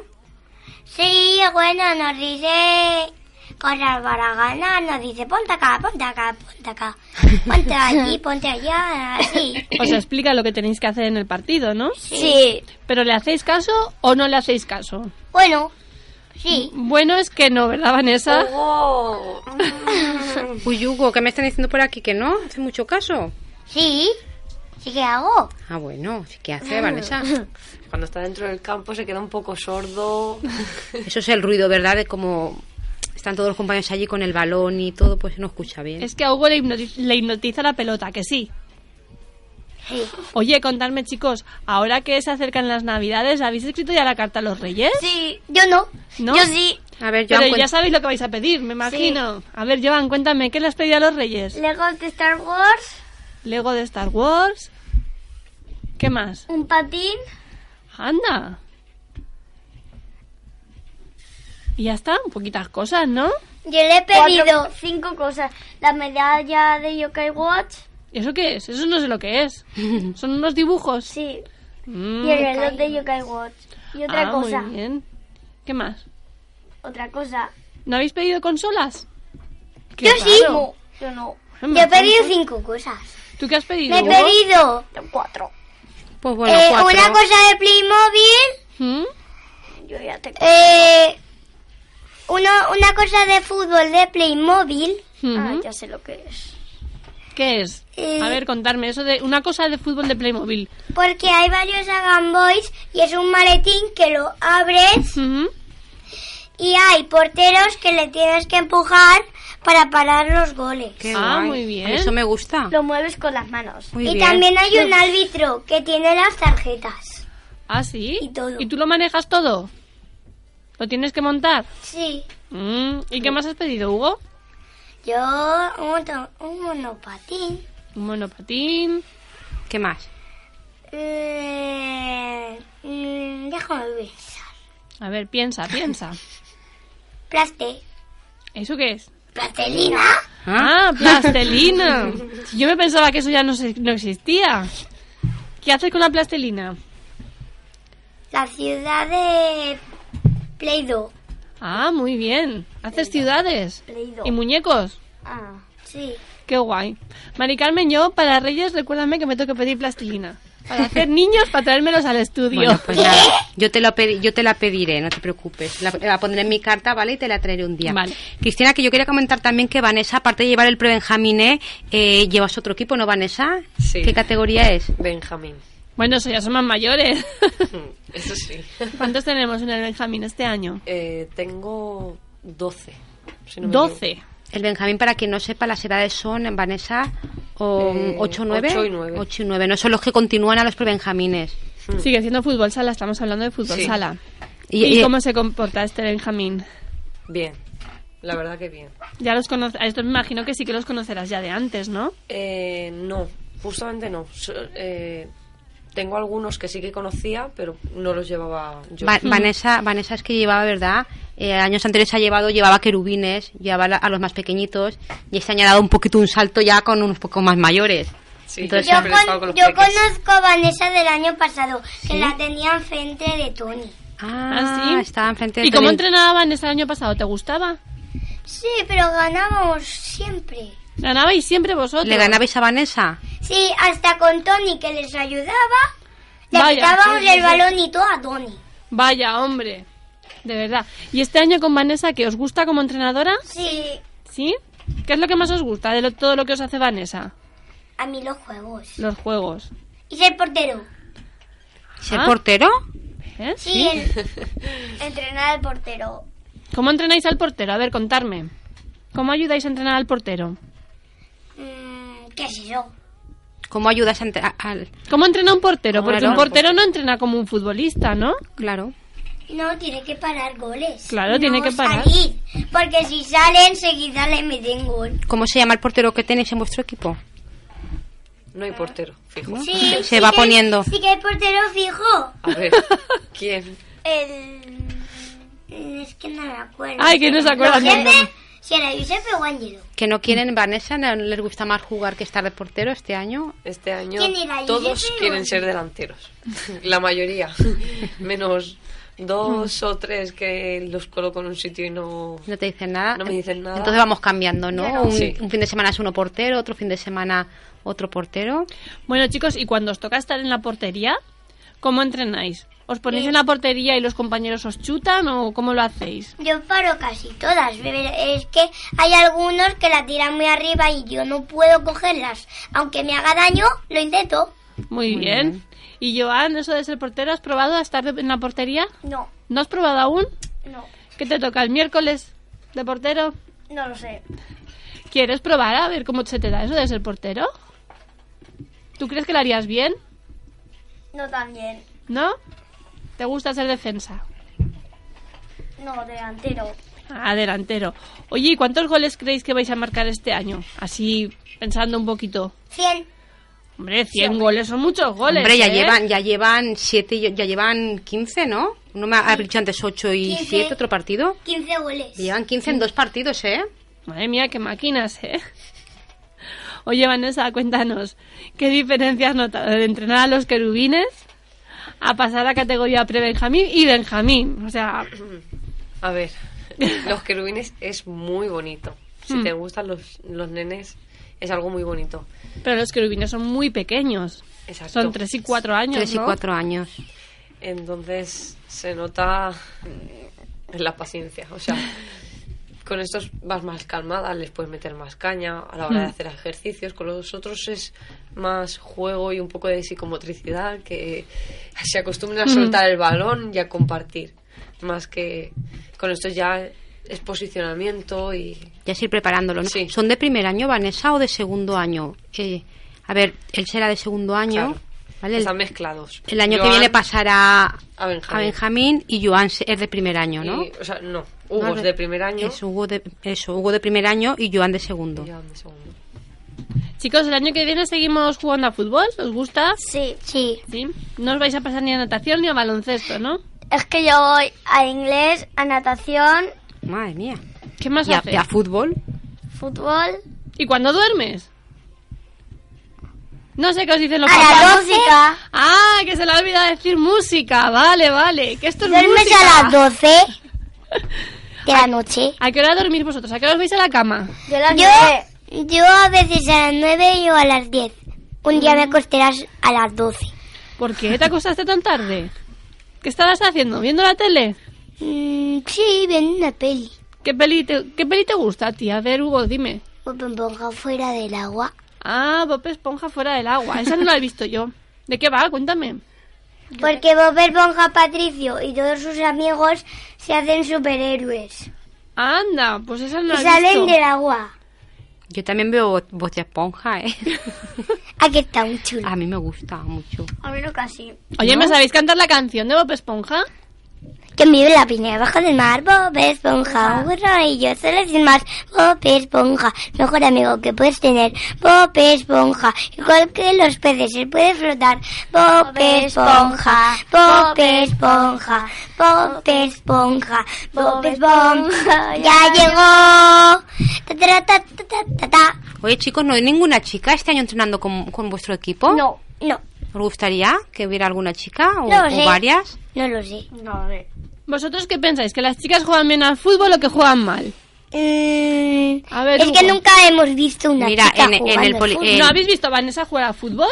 Sí, bueno, nos dice cosas para ganar, nos dice ponte acá, ponte acá, ponte acá, ponte allí, ponte allá, así.
Os explica lo que tenéis que hacer en el partido, ¿no?
Sí.
¿Pero le hacéis caso o no le hacéis caso?
Bueno, sí.
Bueno, es que no, ¿verdad, Vanessa?
¡Oh!
Uy, Hugo, que me están diciendo por aquí que no, hace mucho caso.
Sí. Sí que hago.
Ah, bueno, sí que hace, Vanessa.
Cuando está dentro del campo se queda un poco sordo.
Eso es el ruido, ¿verdad? De cómo están todos los compañeros allí con el balón y todo, pues no escucha bien.
Es que a Hugo le hipnotiza, le hipnotiza la pelota, que sí.
Sí.
Oye, contadme, chicos, ahora que se acercan las Navidades, ¿habéis escrito ya la carta a los Reyes?
Sí. Yo no.
¿No?
Yo sí.
A ver, yo
Pero ya sabéis lo que vais a pedir, me imagino. A ver, Joan, cuéntame, ¿qué le has pedido a los Reyes?
Lego de Star Wars,
Lego de Star Wars. ¿Qué más?
un patín.
Anda. Y ya está, poquitas cosas, ¿no?
Yo le he pedido.
cinco cosas. La medalla de Yokai Watch.
¿Eso qué es? Eso no sé lo que es. Son unos dibujos.
Sí.
Mm,
y el reloj de Yokai Watch. Y otra
ah,
cosa,
Muy bien. ¿Qué más?
otra cosa.
¿No habéis pedido consolas? Qué
Yo sí.
raro.
Yo no.
Yo he pedido cinco cosas.
¿Tú qué has pedido?
Me he pedido
Yo cuatro.
Pues bueno,
eh,
cuatro.
una cosa de Playmobil,
¿Mm?
Yo ya tengo.
eh, uno- una cosa de fútbol de Playmobil.
¿Mm?
Ah, ya sé lo que es.
¿Qué es?
Eh,
A ver, contarme eso de una cosa de fútbol de Playmobil.
Porque hay varios Hagan Boys y es un maletín que lo abres
¿Mm?
y hay porteros que le tienes que empujar para parar los goles.
Qué
Ah,
guay.
muy bien.
Eso me gusta.
Lo mueves con las manos.
Muy
Y
bien.
también hay un árbitro que tiene las tarjetas.
¿Ah, sí?
Y todo.
tú lo manejas todo? ¿Lo tienes que montar?
Sí,
Mm, ¿Y qué más has pedido, Hugo?
yo un, moto- un monopatín.
Un monopatín.
¿Qué más?
Eh, mm, déjame pensar.
A ver, piensa, piensa.
Plaste,
¿Eso qué es?
plastelina.
Ah, plastelina. Yo me pensaba que eso ya no, se- no existía. ¿Qué haces con la plastelina?
La ciudad de Play-Doh.
Ah, muy bien. Haces ciudades
Play-Doh.
y muñecos.
Ah.
Sí.
Qué guay. Mari Carmen, yo para Reyes recuérdame que me tengo que pedir plastilina. Para hacer niños, para traérmelos al estudio.
Bueno, pues nada, yo te, lo pedi- yo te la pediré, no te preocupes. La, la pondré en mi carta, ¿vale? Y te la traeré un día.
Vale.
Cristina, que yo quería comentar también que Vanessa, aparte de llevar el pre-Benjaminé, eh, llevas otro equipo, ¿no, Vanessa?
Sí.
¿Qué categoría es?
Benjamín.
Bueno, eso ya son más mayores.
Mm, Eso sí.
¿Cuántos tenemos en el Benjamín este año?
Eh, tengo 12. si no me
Doce.
El Benjamín, para quien no sepa, las edades son, en Vanessa, o,
Eh,
8 o 9.
ocho y nueve.
8 y 9, no son los que continúan a los pre-Benjamines.
Sigue siendo fútbol sala, estamos hablando de fútbol
Sí.
sala.
Y-
¿Y,
y-
cómo se comporta este Benjamín?
equivoco. Bien. La verdad que bien.
Ya los conoces, a estos me imagino que sí que los conocerás ya de antes, ¿no?
Eh, no, justamente no. So- eh, tengo algunos que sí que conocía, pero no los llevaba yo.
Va- Vanessa, Vanessa es que llevaba, ¿verdad? Eh, años anteriores ha llevado, llevaba querubines, llevaba la- a los más pequeñitos y este año ha dado un poquito un salto ya con unos poco más mayores.
Sí,
Entonces,
Yo,
siempre he estado
con-
los
yo
peques.
conozco a Vanessa del año pasado, que la tenía enfrente de Tony.
Ah,
sí.
estaba enfrente de
¿Y cómo
Tony.
entrenaban este año pasado? ¿Te gustaba?
Sí, pero ganábamos siempre.
¿Ganabais siempre vosotros?
¿Le ganabais a Vanessa?
Sí, hasta con Tony que les ayudaba, le
Vaya.
quitábamos el balón y todo a Tony.
Vaya, hombre. De verdad. ¿Y este año con Vanessa, que os gusta como entrenadora?
Sí,
¿Sí? ¿Qué es lo que más os gusta de lo- todo lo que os hace Vanessa?
a mí los juegos.
Los juegos.
Y ser portero.
¿Ser
Ah.
portero?
¿Eh?
Sí, el- entrenar al portero.
¿Cómo entrenáis al portero? A ver, contarme. ¿Cómo ayudáis a entrenar al portero?
Mm, ¿Qué sé yo?
¿Cómo ayudas a entre- a- al...?
¿Cómo entrena un portero? Porque
Claro,
un portero no entrena como un futbolista, ¿no?
Claro.
No, tiene que parar goles.
Claro,
No
tiene que parar.
salir, porque si sale enseguida le meten gol.
¿Cómo se llama el portero que tenéis en vuestro equipo?
No hay portero, fijo.
Sí,
Se
sí
va
que-
poniendo.
Sí que hay portero fijo.
A ver, ¿quién?
El... Es que no me acuerdo.
Ay, que no se acuerda ni el
Giuseppe,
nombre.
si era Giuseppe o Ángelo.
Que no quieren,
Mm.
Vanessa, no les gusta más jugar que estar de portero este año.
Este año
¿Quién era?
todos
¿Giuseppe o
quieren
él?
ser delanteros. La mayoría. Menos dos o tres que los coloco en un sitio y no...
No te dicen nada.
No me dicen nada.
Entonces vamos cambiando, ¿no? Un,
Sí.
un fin de semana es uno portero, otro fin de semana otro portero.
Bueno, chicos, y cuando os toca estar en la portería, ¿cómo entrenáis? ¿Os ponéis en la portería y los compañeros os chutan o cómo lo hacéis?
Yo paro casi todas, pero es que hay algunos que la tiran muy arriba y yo no puedo cogerlas. Aunque me haga daño, lo intento.
Muy bien. Y Joan, eso de ser portero, ¿has probado a estar de- en la portería?
No,
¿No has probado aún?
no,
¿Qué te toca el miércoles de portero?
no lo sé.
¿Quieres probar a ver cómo se te da eso de ser portero? ¿Tú crees que lo harías bien?
No tan bien.
¿No? ¿Te gusta ser defensa?
No, delantero.
Ah, delantero. Oye, ¿y cuántos goles creéis que vais a marcar este año? Así, pensando un poquito.
100.
Hombre, 100 goles son muchos goles.
Hombre, ya
¿eh?
llevan, ya llevan siete, y- ya llevan 15, ¿no? Uno me ha dicho antes 8 y
15.
7, otro partido.
15 goles.
Llevan 15 en dos partidos, ¿eh?
Madre mía, qué máquinas, ¿eh? Oye, Vanessa, cuéntanos, ¿qué diferencias has notado de entrenar a los querubines a pasar a categoría pre-Benjamín y Benjamín. O sea,
A ver, los querubines es muy bonito. Si te gustan los, los nenes, es algo muy bonito.
pero los querubines son muy pequeños.
Exacto.
Son 3 y 4 años.
Tres y
¿no?
cuatro años.
Entonces se nota mm, en la paciencia. O sea, con estos vas más calmada, les puedes meter más caña a la hora
Hmm.
de
Mm.
hacer ejercicios. Con los otros es más juego y un poco de psicomotricidad, que se acostumbran
Hmm.
a soltar el balón y a compartir. Más que con esto ya es posicionamiento y
Ya es ir preparándolo, ¿no?
Sí.
¿Son de primer año, Vanessa, o de segundo año? Eh, a ver, él será de segundo año,
Claro.
¿vale? El,
están mezclados.
el año que
Joan
viene pasará
a Benjamín.
a Benjamín y Joan se- es de primer año, ¿no?
y- o sea, no.
No,
Hugo
es
es de primer año.
Es Hugo de, eso, Hugo de primer año y Joan de segundo.
y Joan de segundo.
Chicos, el año que viene seguimos jugando a fútbol. ¿Os gusta?
Sí.
Sí.
¿Sí? No os vais a pasar ni a natación ni a baloncesto, ¿no?
Es que yo voy a inglés, a natación,
Madre mía.
¿Qué más
¿Y a,
haces?
y a fútbol?
fútbol,
¿Y cuando duermes? No sé qué os dicen los
A
papás.
las 12. Música.
Ah, que se le ha olvidado decir música. Vale, vale. Que esto es
Duermes
música.
a las 12 de la noche.
¿A qué hora dormís vosotros? ¿A qué hora os vais a la cama?
yo la nueve.
Yo, yo a veces a las 9 y yo a las 10. Un día me
Mm.
acosté a las- a las 12.
¿Por qué te acostaste tan tarde? ¿Qué estabas haciendo? ¿Viendo la tele?
Mm, sí, ven una peli.
¿Qué peli te, qué peli te gusta, tía? A ver, Hugo, dime.
Bob Esponja Pues fuera del agua.
Ah, Bob Esponja fuera del agua. Esa no la he visto yo. ¿De qué va? Cuéntame.
Porque Bob Esponja, Patricio y todos sus amigos se hacen superhéroes.
Anda, pues esa no
Y
la he
salen
visto.
del agua.
Yo también veo Bo- Bob de Esponja, ¿eh?
Aquí está un chulo.
A mí me gusta mucho.
A mí no casi.
Oye, ¿me sabéis cantar la canción de Bob Esponja?
Que vive en la piña debajo del mar. Bob Esponja, un yo solo sin más. Bob Esponja, mejor amigo que puedes tener. Bob Esponja, igual que los peces, se puede flotar. Bob Esponja, Bob Esponja, Bob Esponja, Bob Esponja, ya llegó. Ta, ta, ta, ta, ta, ta, ta.
Oye, chicos, ¿no hay ninguna chica este año entrenando con, con vuestro equipo?
No, no,
¿Os gustaría que hubiera alguna chica o,
No
o
sé.
varias?
no lo sé.
No, a ver.
¿Vosotros qué pensáis? ¿Que las chicas juegan bien al fútbol o que juegan mal?
Mm,
A ver,
es que
Hugo.
nunca hemos visto una
Mira,
chica
en- en
jugando
el
al
poli-
fútbol.
Eh.
¿No habéis visto a Vanessa jugar al fútbol?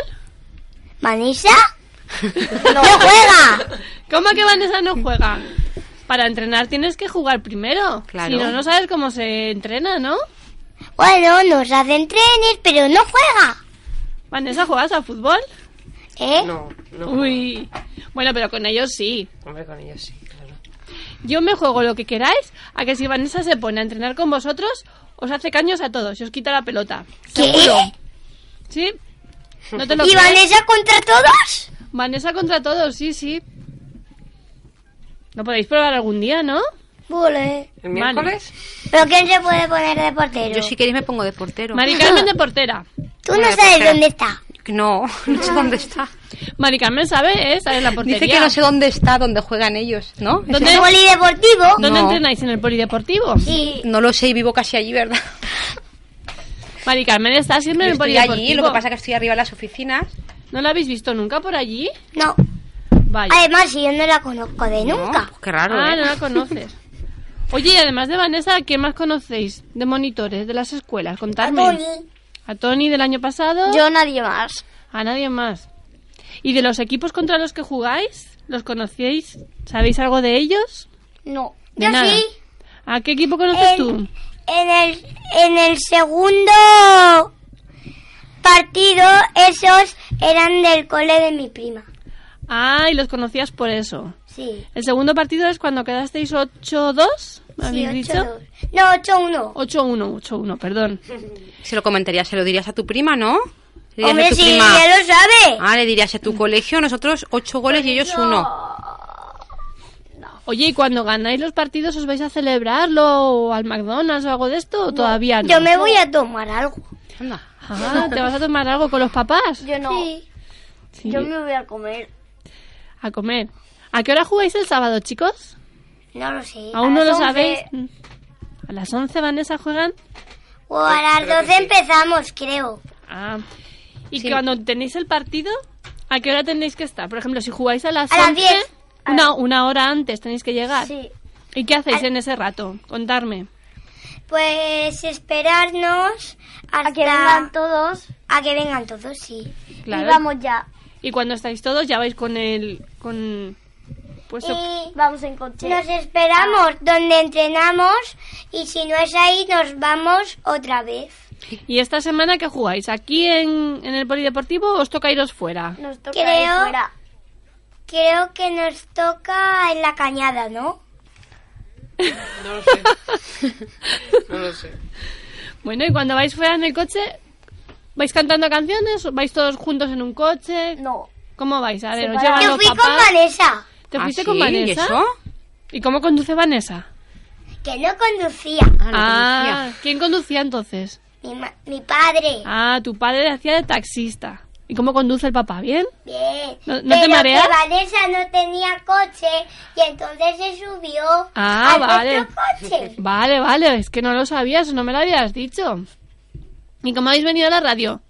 ¿Manisa? ¡No juega!
¿Cómo que Vanessa no juega? Para entrenar tienes que jugar primero.
Claro.
Si no, no sabes cómo se entrena, ¿no?
Bueno, nos hacen trenes, pero no juega.
Vanessa, ¿juegas al fútbol?
¿Eh?
No, no.
Uy. Bueno, pero con ellos sí.
Hombre, con ellos sí, claro.
Yo me juego lo que queráis a que si Vanessa se pone a entrenar con vosotros, os hace caños a todos y os quita la pelota.
¿Qué?
¿Sí? ¿No te lo
¿Y
crees?
Vanessa contra todos?
Vanessa contra todos, sí, sí. Lo podéis probar algún día, ¿no?
Vale.
¿El
Vale.
miércoles?
¿Pero quién se puede poner de portero?
Yo si queréis me pongo de portero.
Mari Carmen de portera.
Tú no sabes dónde está.
No, no sé dónde está.
Mari Carmen sabe, ¿eh? Sabe la portería.
Dice que no sé dónde está, dónde juegan ellos, ¿no?
¿Dónde,
¿El polideportivo?
dónde
No.
entrenáis? ¿En el polideportivo?
Sí.
No lo sé y vivo casi allí, ¿verdad?
Mari Carmen está siempre en
Yo
el
estoy
polideportivo.
allí, lo que pasa que estoy arriba en las oficinas.
¿No la habéis visto nunca por allí?
No.
Vaya.
Además, si yo no la conozco de
No,
nunca.
pues qué raro,
ah,
¿eh?
no la conoces. Oye, y además de Vanessa, ¿qué más conocéis de monitores de las escuelas? Contadme.
A Tony.
A Tony del año pasado.
Yo nadie más.
A nadie más. ¿Y de los equipos contra los que jugáis? ¿Los conocéis? ¿Sabéis algo de ellos?
No.
De
Yo
nada.
sí.
¿A qué equipo conoces
El-
tú?
En el, en el segundo partido, esos eran del cole de mi prima.
Ah, y los conocías por eso.
Sí.
El segundo partido es cuando quedasteis 8-2, ¿me
Sí,
habéis dicho?
8-2. No, 8-1.
8-1, 8-1, perdón.
Se lo comentarías, se lo dirías a tu prima, ¿no? Le dirías a
Hombre,
tu
sí,
prima.
ya lo sabe.
Ah, le dirías a tu colegio, nosotros ocho goles y ellos uno.
Oye, ¿y cuando ganáis los partidos os vais a celebrarlo o al McDonald's o algo de esto? ¿O todavía no?
Yo me voy a tomar algo.
Anda.
Ah, ¿te vas a tomar algo con los papás?
Yo no.
Sí.
Sí,
Yo me voy a comer.
a comer. ¿A qué hora jugáis el sábado, chicos?
No lo sé.
¿Aún no
las 11.
lo sabéis? ¿A las 11, Vanessa, juegan?
O a las 12 empezamos, creo.
Ah. ¿Y
Sí.
cuando tenéis el partido, ¿A qué hora tenéis que estar? Por ejemplo, si jugáis a las
A las
11,
10. A
Una,
las-
una hora antes tenéis que llegar.
Sí.
¿Y qué hacéis en ese rato? Contarme.
Pues esperarnos hasta
A que vengan todos.
a que vengan todos, sí.
Claro.
Y vamos ya.
Y cuando estáis todos ya vais con el... Con,
Eh.
pues,
Y
Vamos en coche.
nos esperamos donde entrenamos y si no es ahí nos vamos otra vez.
¿Y esta semana qué jugáis? ¿Aquí en, en el polideportivo o os toca iros fuera?
Nos toca
Creo-
ir fuera.
Creo que nos toca en la cañada, ¿no?
No lo sé. No lo sé.
Bueno, y cuando vais fuera en el coche, ¿vais cantando canciones? ¿Vais todos juntos en un coche?
No.
¿Cómo vais? A ver, os
Separado.
llevan
Yo
los
fui con
papás.
Vanessa,
¿Te
¿Ah,
fuiste
sí?
con
¿Y
Vanessa?
eso?
¿Y cómo conduce Vanessa?
que no conducía.
Ah, no
ah,
conocía.
¿quién conducía entonces?
Mi, ma- mi padre.
Ah, tu padre hacía de taxista. ¿Y cómo conduce el papá? ¿Bien?
Bien.
¿No- no te
Pero
mareas?
que Vanessa no tenía coche y entonces se subió
Ah,
al
vale.
nuestro coche.
Vale, vale, es que no lo sabías, no me lo habías dicho. ¿Y cómo habéis venido a la radio?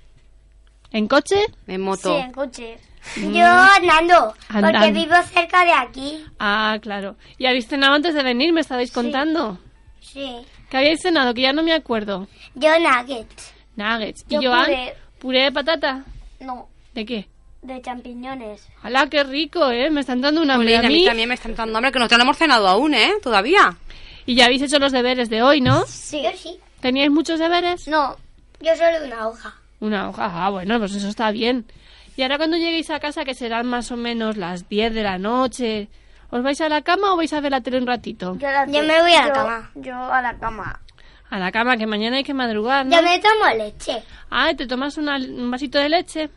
¿En coche?
En
Sí,
moto.
en coche.
Mm. Yo andando, porque
Andando.
vivo cerca de aquí.
Ah, claro. ¿Y habéis cenado antes de venir? Me estabais contando.
Sí.
¿Qué habíais cenado? Que ya no me acuerdo.
Yo nuggets.
Nuggets.
Yo
¿Y Joan?
puré.
¿Puré de patata?
No,
¿De qué?
de champiñones.
¡Hala, qué rico, eh! Me están dando una hambre
Jolín,
a
a mí
mí.
también me está entrando hambre, que no te lo hemos cenado aún, ¿eh? Todavía.
Y ya habéis hecho los deberes de hoy, ¿no?
Sí.
Yo sí.
¿Teníais muchos deberes?
No.
Yo solo una hoja.
Una hoja. Ah, bueno, pues eso está bien. Y ahora cuando lleguéis a casa, que serán más o menos las 10 de la noche, ¿os vais a la cama o vais a ver la tele un ratito?
Yo, la
Yo me voy a la
yo-
cama.
Yo a la cama.
A la cama, que mañana hay que madrugar, ¿no?
Yo me tomo leche.
Ah, ¿y te tomas una- un vasito de leche.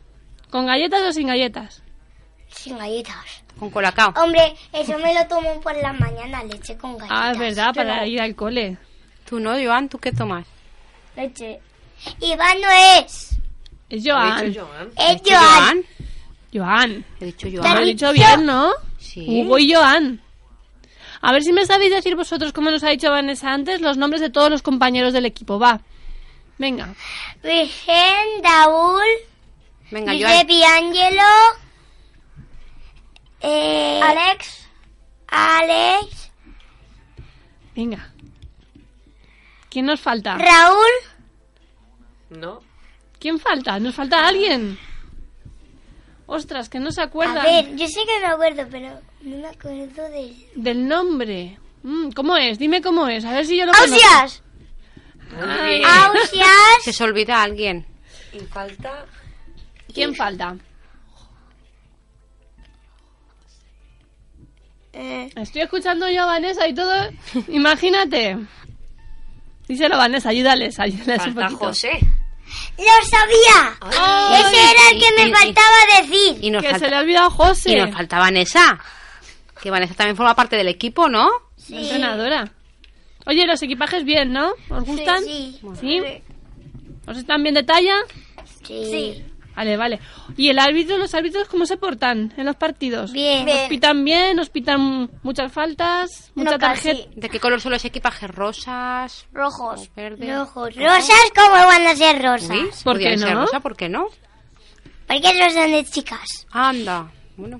¿Con galletas o sin galletas?
Sin galletas.
Con colacao.
Hombre, eso me lo tomo por la mañana, leche con galletas.
Ah, es verdad, para ir al cole.
Tú no, Joan, ¿tú qué tomas?
Leche.
Iván no es.
Es
Lo he
Joan.
dicho Joan.
Es
¿Tú,
Joan.
Joan.
He dicho
Lo
Joan.
he dicho bien, ¿no?
Sí.
Hugo y Joan. A ver si me sabéis decir vosotros, como nos ha dicho Vanessa antes, los nombres de todos los compañeros del equipo. Va. Venga.
Virgen, Daúl,
Venga, Joan.
Giuseppe Angelo, eh,
Alex,
Alex,
Venga. ¿Quién nos falta?
Raúl,
No.
¿Quién falta? ¿Nos falta alguien? Ostras, que no se
A
acuerdan
ver, yo sé que me acuerdo, pero no me acuerdo de él.
del nombre. Mm, ¿Cómo es? Dime cómo es. A ver si yo lo conozco. Ah,
¡Ausias!
Muy bien.
Se
¡Ausias!
se olvida alguien.
Y falta
¿Quién falta?
Eh,
Estoy escuchando yo a Vanessa y todo. Imagínate. Díselo, Vanessa, ayúdales, ayúdales un
falta
poquito.
José.
¡Lo sabía!
Ay,
Ese era el
Y-
que
y-
me faltaba decir.
Y nos,
que se le
falta,
ha olvidado José,
y nos falta Vanessa. Que Vanessa también forma parte del equipo, ¿no?
la entrenadora. Oye, los equipajes bien, ¿no? ¿Os gustan?
Sí,
¿Sí? ¿Os están bien de talla?
sí.
Vale, vale. ¿Y el árbitro, los árbitros cómo se portan en los partidos?
Bien.
¿Nos pitan bien? ¿Nos pitan muchas faltas?
No,
¿Mucha
casi.
tarjeta?
¿De qué color son los equipajes? ¿Rosas?
rojos.
¿Verdes?
Rojos. Rosas, ¿cómo van a ser rosas?
Uy,
¿Por
podían
qué
ser
no?
rosa, ¿Por qué no?
Porque rosas de chicas.
Anda. Bueno,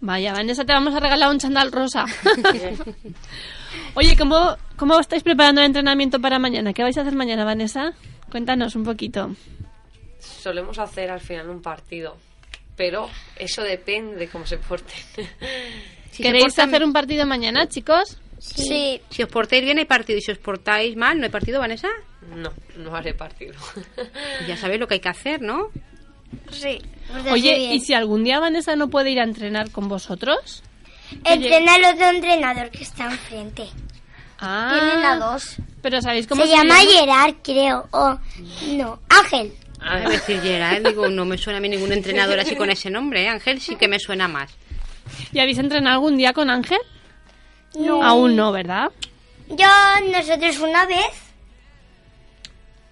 Vaya, Vanessa, te vamos a regalar un chandal rosa. Oye, ¿cómo, ¿cómo estáis preparando el entrenamiento para mañana? ¿Qué vais a hacer mañana, Vanessa? Cuéntanos un poquito.
Solemos hacer al final un partido. Pero eso depende de cómo se porten.
si, se
¿Queréis
portan-
hacer un partido mañana, chicos?
Sí.
si os portáis bien hay partido y si os portáis mal no hay partido, Vanessa.
No, no haré partido.
Pues ya sabéis lo que hay que hacer, ¿no?
Sí.
Pues
Oye, ¿y si algún día Vanessa no puede ir a entrenar con vosotros?
Entrena al otro entrenador que está enfrente.
Ah,
Tienen a dos.
Pero ¿sabéis cómo
Se
se,
llama Gerard, creo. O no, Ángel.
A
Es decir, Gerard, digo, no me suena a mí ningún entrenador así con ese nombre, ¿eh? Ángel sí que me suena más.
¿Y habéis entrenado algún día con Ángel? Aún no, ¿verdad?
Yo, nosotros una vez.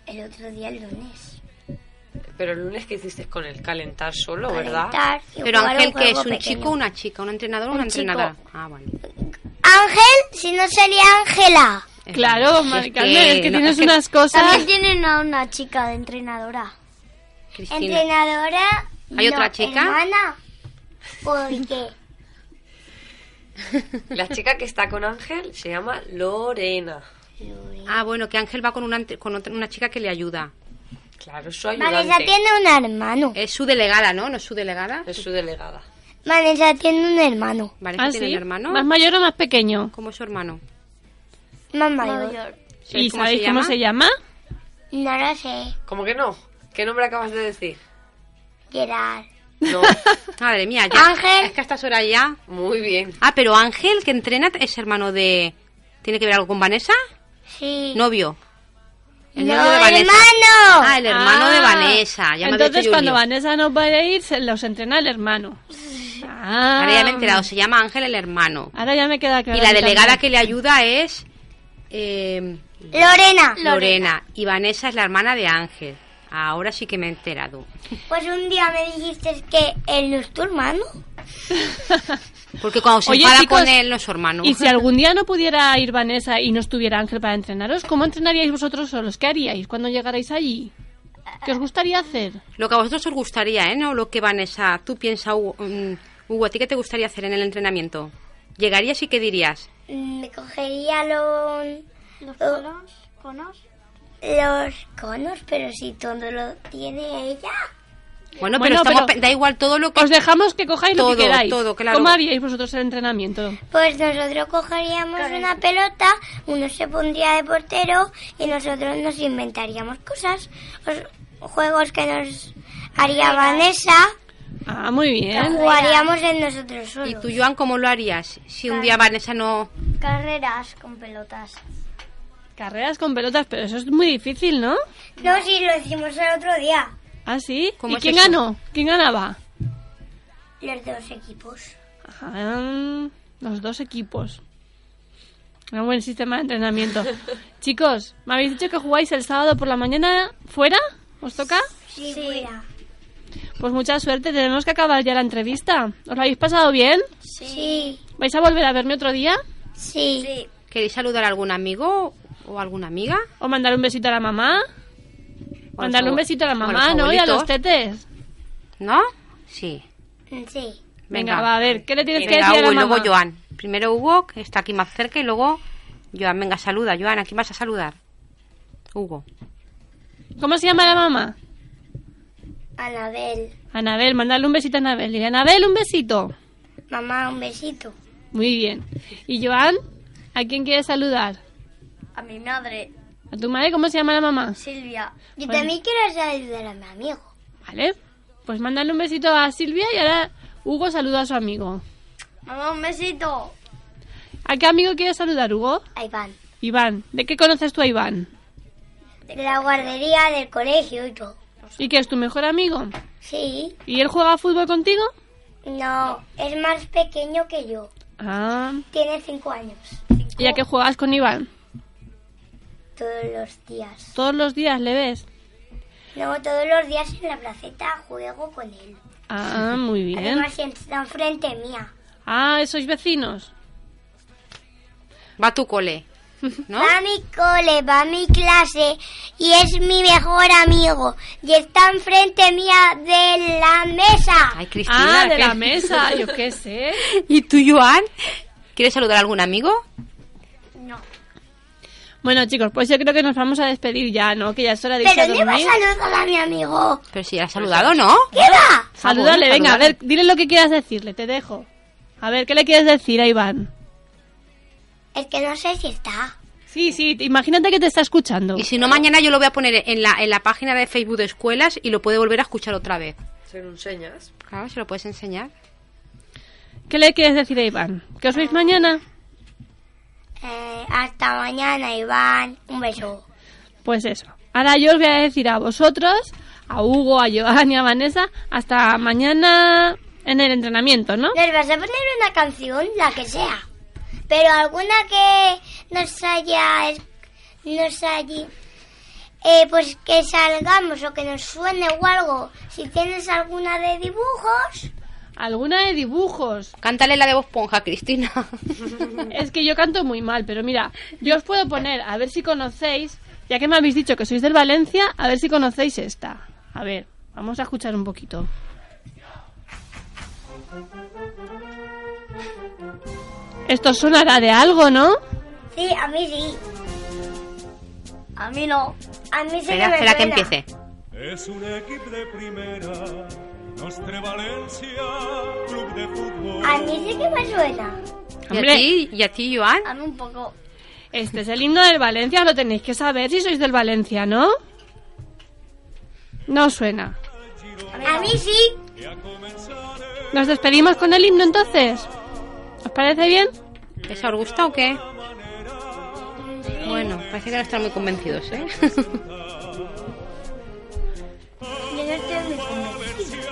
El otro día, el lunes.
Pero el lunes que hiciste con el calentar solo, ¿verdad?
Calentar y
Pero
jugar a
Ángel,
un
¿qué es?
juego
¿Un
pequeño.
chico, una chica? ¿Un entrenador o una
chico.
entrenadora? Ah, vale. Es
Ángel, si no sería Ángela.
que-
Claro,
si
Mari Carmen, es que
no,
tienes
Ah.
unas cosas...
También tienen a una chica de entrenadora.
Cristina,
Entrenadora
¿Hay
No,
otra chica?
Hermana, porque
La chica que está con Ángel se llama Lorena.
Ah, bueno, que Ángel va con una, ante- con otra- una chica que le ayuda.
Claro, es su ayudante.
Vanessa tiene un hermano.
Es su delegada, ¿no? ¿No es su delegada?
Es su delegada.
Vanessa tiene un hermano.
Vanessa
¿Ah,
tiene
sí?
un hermano.
¿Más mayor o más pequeño?
¿Cómo es su hermano?
Más mayor.
Mayor.
¿Sabéis
¿Y sabéis cómo se llama?
No lo sé.
¿Cómo que no? ¿Qué nombre acabas de decir?
Gerard.
No.
Madre mía, ya.
Ángel.
Es que a estas horas ya.
Muy bien.
Ah, pero Ángel, que entrena, es hermano de. ¿Tiene que ver algo con Vanessa?
Sí.
Novio. El
No,
novio de Vanessa.
hermano.
Ah, el hermano de
Ah,
Vanessa. Ya me había
Entonces,
dicho
cuando
Junior.
Vanessa no puede ir, se los entrena el hermano. Ah,
Ahora ya me he enterado, se llama Ángel el hermano.
Ahora ya me queda claro.
Y la
a mí
delegada
también.
que le ayuda es. eh,
Lorena.
Lorena. Y Vanessa es la hermana de Ángel. Ahora sí que me he enterado.
Pues un día me dijiste que él no es tu hermano.
Porque cuando se
Oye,
enfada
chicos,
con él, no es su hermano.
Y si algún día no pudiera ir Vanessa y no estuviera Ángel para entrenaros, ¿cómo entrenaríais vosotros solos? ¿Qué haríais cuando llegarais allí? ¿Qué os gustaría hacer?
Lo que a vosotros os gustaría, ¿eh? No lo que Vanessa, tú piensas, Hugo, mm, Hugo, ¿a ti qué te gustaría hacer en el entrenamiento? ¿Llegarías y qué dirías?
Mm, Me cogería los,
Los
conos,
conos.
los conos, pero si todo lo tiene ella.
Bueno,
Bueno,
pero, estamos,
pero-
pe- da igual todo lo que...
Os dejamos que cojáis lo que
Todo,
queráis.
todo, claro.
¿Cómo haríais vosotros el entrenamiento?
Pues nosotros cogeríamos una pelota, uno se pondría de portero y nosotros nos inventaríamos cosas, os- juegos que nos haría Vanessa,
Ah, muy
que
bien.
jugaríamos en nosotros
¿Y
solos.
tú, Joan, cómo lo harías? Si un día Vanessa no...
Carreras con pelotas.
Carreras con pelotas, pero eso es muy difícil, ¿no?
No, si lo hicimos el otro día,
¿Ah, sí?
¿Cómo
¿Y
es
quién
eso?
ganó? ¿Quién ganaba?
los dos equipos.
Ah, los dos equipos. Un buen sistema de entrenamiento. Chicos, me habéis dicho que jugáis el sábado por la mañana fuera. ¿Os toca?
Sí, fuera.
Pues mucha suerte, tenemos que acabar ya la entrevista. ¿Os lo habéis pasado bien?
Sí.
¿Vais a volver a verme otro día?
Sí.
¿Queréis saludar a algún amigo o alguna amiga?
¿O mandar un besito a la mamá?
O a los
Mandarle un
abue-
besito a la
o a los
mamá, ¿no? Y a los
abuelitos.
tetes.
¿No? Sí.
Sí. sí.
Venga, va a ver, ¿qué le tienes que
Venga,
decir a la
Hugo y
mamá?
luego Joan. Primero Hugo, que está aquí más cerca, y luego Joan. Venga, saluda, Joan. ¿A quién vas a saludar? Hugo.
¿Cómo se llama la mamá?
Anabel,
Anabel, mandarle un besito a Anabel. Dile, Anabel, un besito.
mamá, un besito.
Muy bien. ¿Y Joan? ¿A quién quieres saludar?
A mi madre,
¿A tu madre? ¿Cómo se llama la mamá?
Silvia.
Yo también quiero saludar a mi amigo.
Vale. Pues mandarle un besito a Silvia y ahora Hugo saluda a su amigo.
Mamá, un besito.
¿A qué amigo quieres saludar, Hugo?
A Iván.
Iván. ¿De qué conoces tú a Iván?
De la guardería, del colegio y todo.
¿Y que es tu mejor amigo?
Sí.
¿Y él juega a fútbol contigo?
No, es más pequeño que yo.
Ah.
Tiene cinco años.
¿Y a qué juegas con Iván?
Todos los días.
Todos los días le ves.
No, todos los días en la placeta juego con él.
Ah, muy bien.
Además, está enfrente mía.
Ah, ¿sois vecinos?
Va a tu cole. ¿No?
Va a mi cole, va a mi clase y es mi mejor amigo. Y está enfrente mía de la mesa.
Ay, Cristina.
Ah, de
¿qué-
la mesa, yo qué sé.
¿Y tú, Joan? ¿Quieres saludar a algún amigo?
Bueno, chicos, pues yo creo que nos vamos a despedir ya, ¿no? Que ya es hora de irse a
Pero no va a
dormir.
saludar a mi amigo.
Pero si ya has saludado, ¿no?
¿Qué va?
Saludale,
Saludale.
venga, a ver, dile lo que quieras decirle, te dejo. A ver, ¿qué le quieres decir a Iván?
Es que no sé si está.
Sí, sí, te- imagínate que te está escuchando.
Y si no, mañana yo lo voy a poner en la, en la página de Facebook de escuelas y lo puede volver a escuchar otra vez.
¿Se lo enseñas?
Claro, se lo puedes enseñar.
¿Qué le quieres decir a Iván? ¿Que os veis mañana?
Eh, hasta mañana, Iván. Un beso.
Pues eso. Ahora yo os voy a decir a vosotros, a Hugo, a Joan y a Vanessa, hasta mañana en el entrenamiento, ¿no?
Nos vas a poner una canción, la que sea. Pero alguna que nos haya. Nos haya. eh, pues que salgamos o que nos suene o algo. Si tienes alguna de dibujos.
Alguna de dibujos.
Cántale la de Bob Esponja, Cristina.
Es que yo canto muy mal, pero mira, yo os puedo poner, a ver si conocéis, ya que me habéis dicho que sois del Valencia, a ver si conocéis esta. A ver, vamos a escuchar un poquito. Esto sonará de algo, ¿no?
Sí, a mí sí. A mí no.
A mí se
Espera,
me
espera que
suena.
empiece.
Es un equipo de primera, Nostre Valencia, club de fútbol.
A mí sí que me suena.
¿Y
Hombre.
a ti, y a ti, Joan?
A mí un poco.
Este es el himno del Valencia, lo tenéis que saber si sois del Valencia, ¿no? No os suena.
A mí sí.
¿Nos despedimos con el himno entonces? ¿Os parece bien?
¿Eso os gusta o qué? Bueno, parece que no están muy convencidos, ¿eh?
Yo no estoy muy convencida.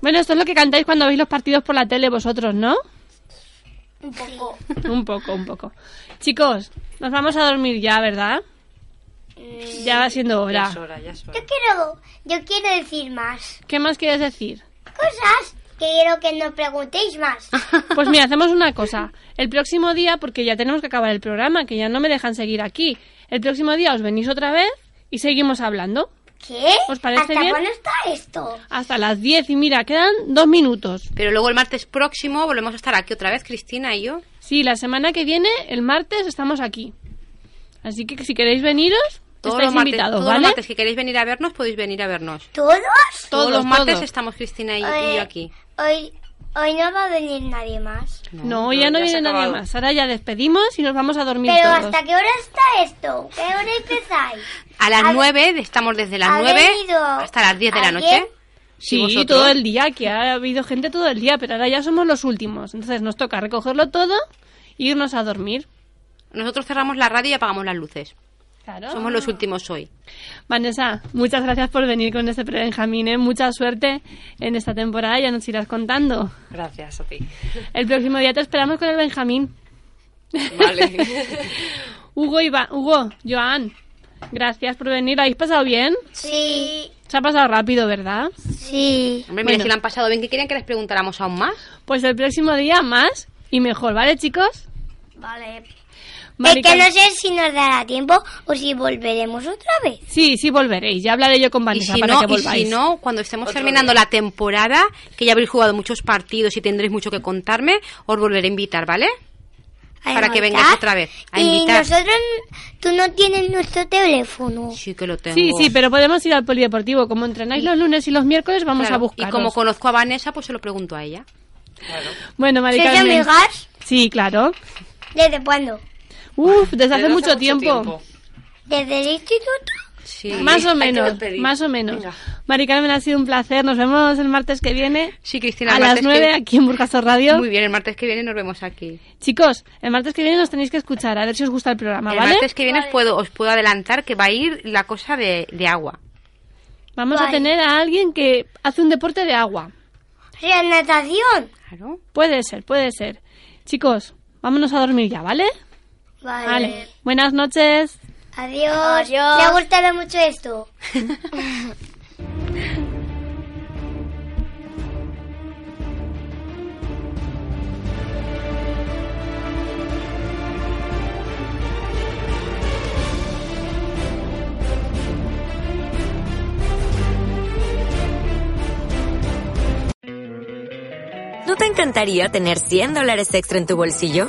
Bueno, esto es lo que cantáis cuando veis los partidos por la tele vosotros, ¿no?
Un poco.
Un poco, un poco. Chicos, nos vamos a dormir ya, ¿verdad? Ya va siendo
Ya es
hora.
hora, ya es hora.
Yo quiero, yo quiero decir más
¿Qué más quieres decir?
cosas que quiero que no preguntéis más.
Pues mira, hacemos una cosa. El próximo día, porque ya tenemos que acabar el programa, que ya no me dejan seguir aquí. El próximo día os venís otra vez y seguimos hablando.
¿Qué?
¿Os parece
¿Hasta
bien?
cuándo está esto?
Hasta las 10 y mira, quedan dos minutos.
Pero luego el martes próximo volvemos a estar aquí otra vez, Cristina y yo.
Sí, la semana que viene, el martes, estamos aquí. Así que si queréis veniros, estáis
los martes,
invitados,
todos los
¿vale?
martes que queréis venir a vernos, podéis venir a vernos.
¿Todos?
Todos, los martes
todos.
estamos Cristina y, y
Hoy-
yo aquí.
Hoy, hoy no va a venir nadie más.
No, ya no
ya se
viene
ha
nadie
acabado.
más. Ahora ya despedimos y nos vamos a dormir
Pero
todos.
¿hasta qué hora está esto? ¿Qué hora empezáis?
A las
Ha-
9, estamos desde las
ha
9
venido
hasta las 10 de la
alguien.
noche.
Sí,
¿Y vosotros?
todo el día, que ha habido gente todo el día, pero ahora ya somos los últimos. Entonces nos toca recogerlo todo e irnos a dormir.
Nosotros cerramos la radio y apagamos las luces.
Claro.
Somos los últimos hoy.
Vanessa, muchas gracias por venir con este pre-Benjamín. ¿eh? Mucha suerte en esta temporada, ya nos irás contando.
Gracias a ti.
El próximo día te esperamos con el Benjamín.
Vale.
Hugo, y Va- Hugo, Joan, gracias por venir. ¿Lo habéis pasado bien?
Sí.
Se ha pasado rápido, ¿verdad?
Sí.
Hombre,
Bueno.
mira, si lo han pasado bien, ¿qué querían que les preguntáramos aún más?
Pues el próximo día más y mejor, ¿vale, chicos?
Vale.
Es
Mari
que no
Carmen-
sé si nos dará tiempo o si volveremos otra vez.
Sí, sí volveréis. Ya hablaré yo con
Y
Vanessa
si,
para
no,
que
y
volváis.
si no, cuando estemos terminando la temporada, que ya habréis jugado muchos partidos y tendréis mucho que contarme, os volveré a invitar, ¿vale?
A
Para que
invitar.
vengáis otra vez, a
y
invitar.
nosotros, tú no tienes nuestro teléfono.
Sí que lo tengo.
Sí, sí, pero podemos ir al polideportivo. Como entrenáis los lunes y los miércoles, vamos
Claro,
a buscar.
Y como conozco a Vanessa, pues se lo pregunto a ella.
Bueno, Mari
¿Sois
Carmen.
amigas?
Sí, claro.
¿Desde cuándo?
Uf, desde hace
Desde
mucho tiempo.
¿Desde el instituto?
Sí.
Más o
Hay que
menos,
despedir.
más o menos.
Venga.
Mari Carmen, ha sido un placer. Nos vemos el martes que viene
Sí, Cristina,
a
el
las
martes
9
que-
aquí en Burjaso Radio.
Muy bien, el martes que viene nos vemos aquí.
Chicos, el martes que viene nos tenéis que escuchar, a ver si os gusta el programa,
el
¿vale?
martes que viene os, puedo, os puedo adelantar que va a ir la cosa de, de agua.
Vamos a
Guay.
tener a alguien que hace un deporte de agua.
O sea, natación.
Claro.
Puede ser, puede ser. Chicos, vámonos a dormir ya, ¿vale?
Vale.
Vale. Buenas noches.
Adiós.
Adiós.
Me ha gustado mucho esto.
¿No te encantaría tener 100 dólares extra en tu bolsillo?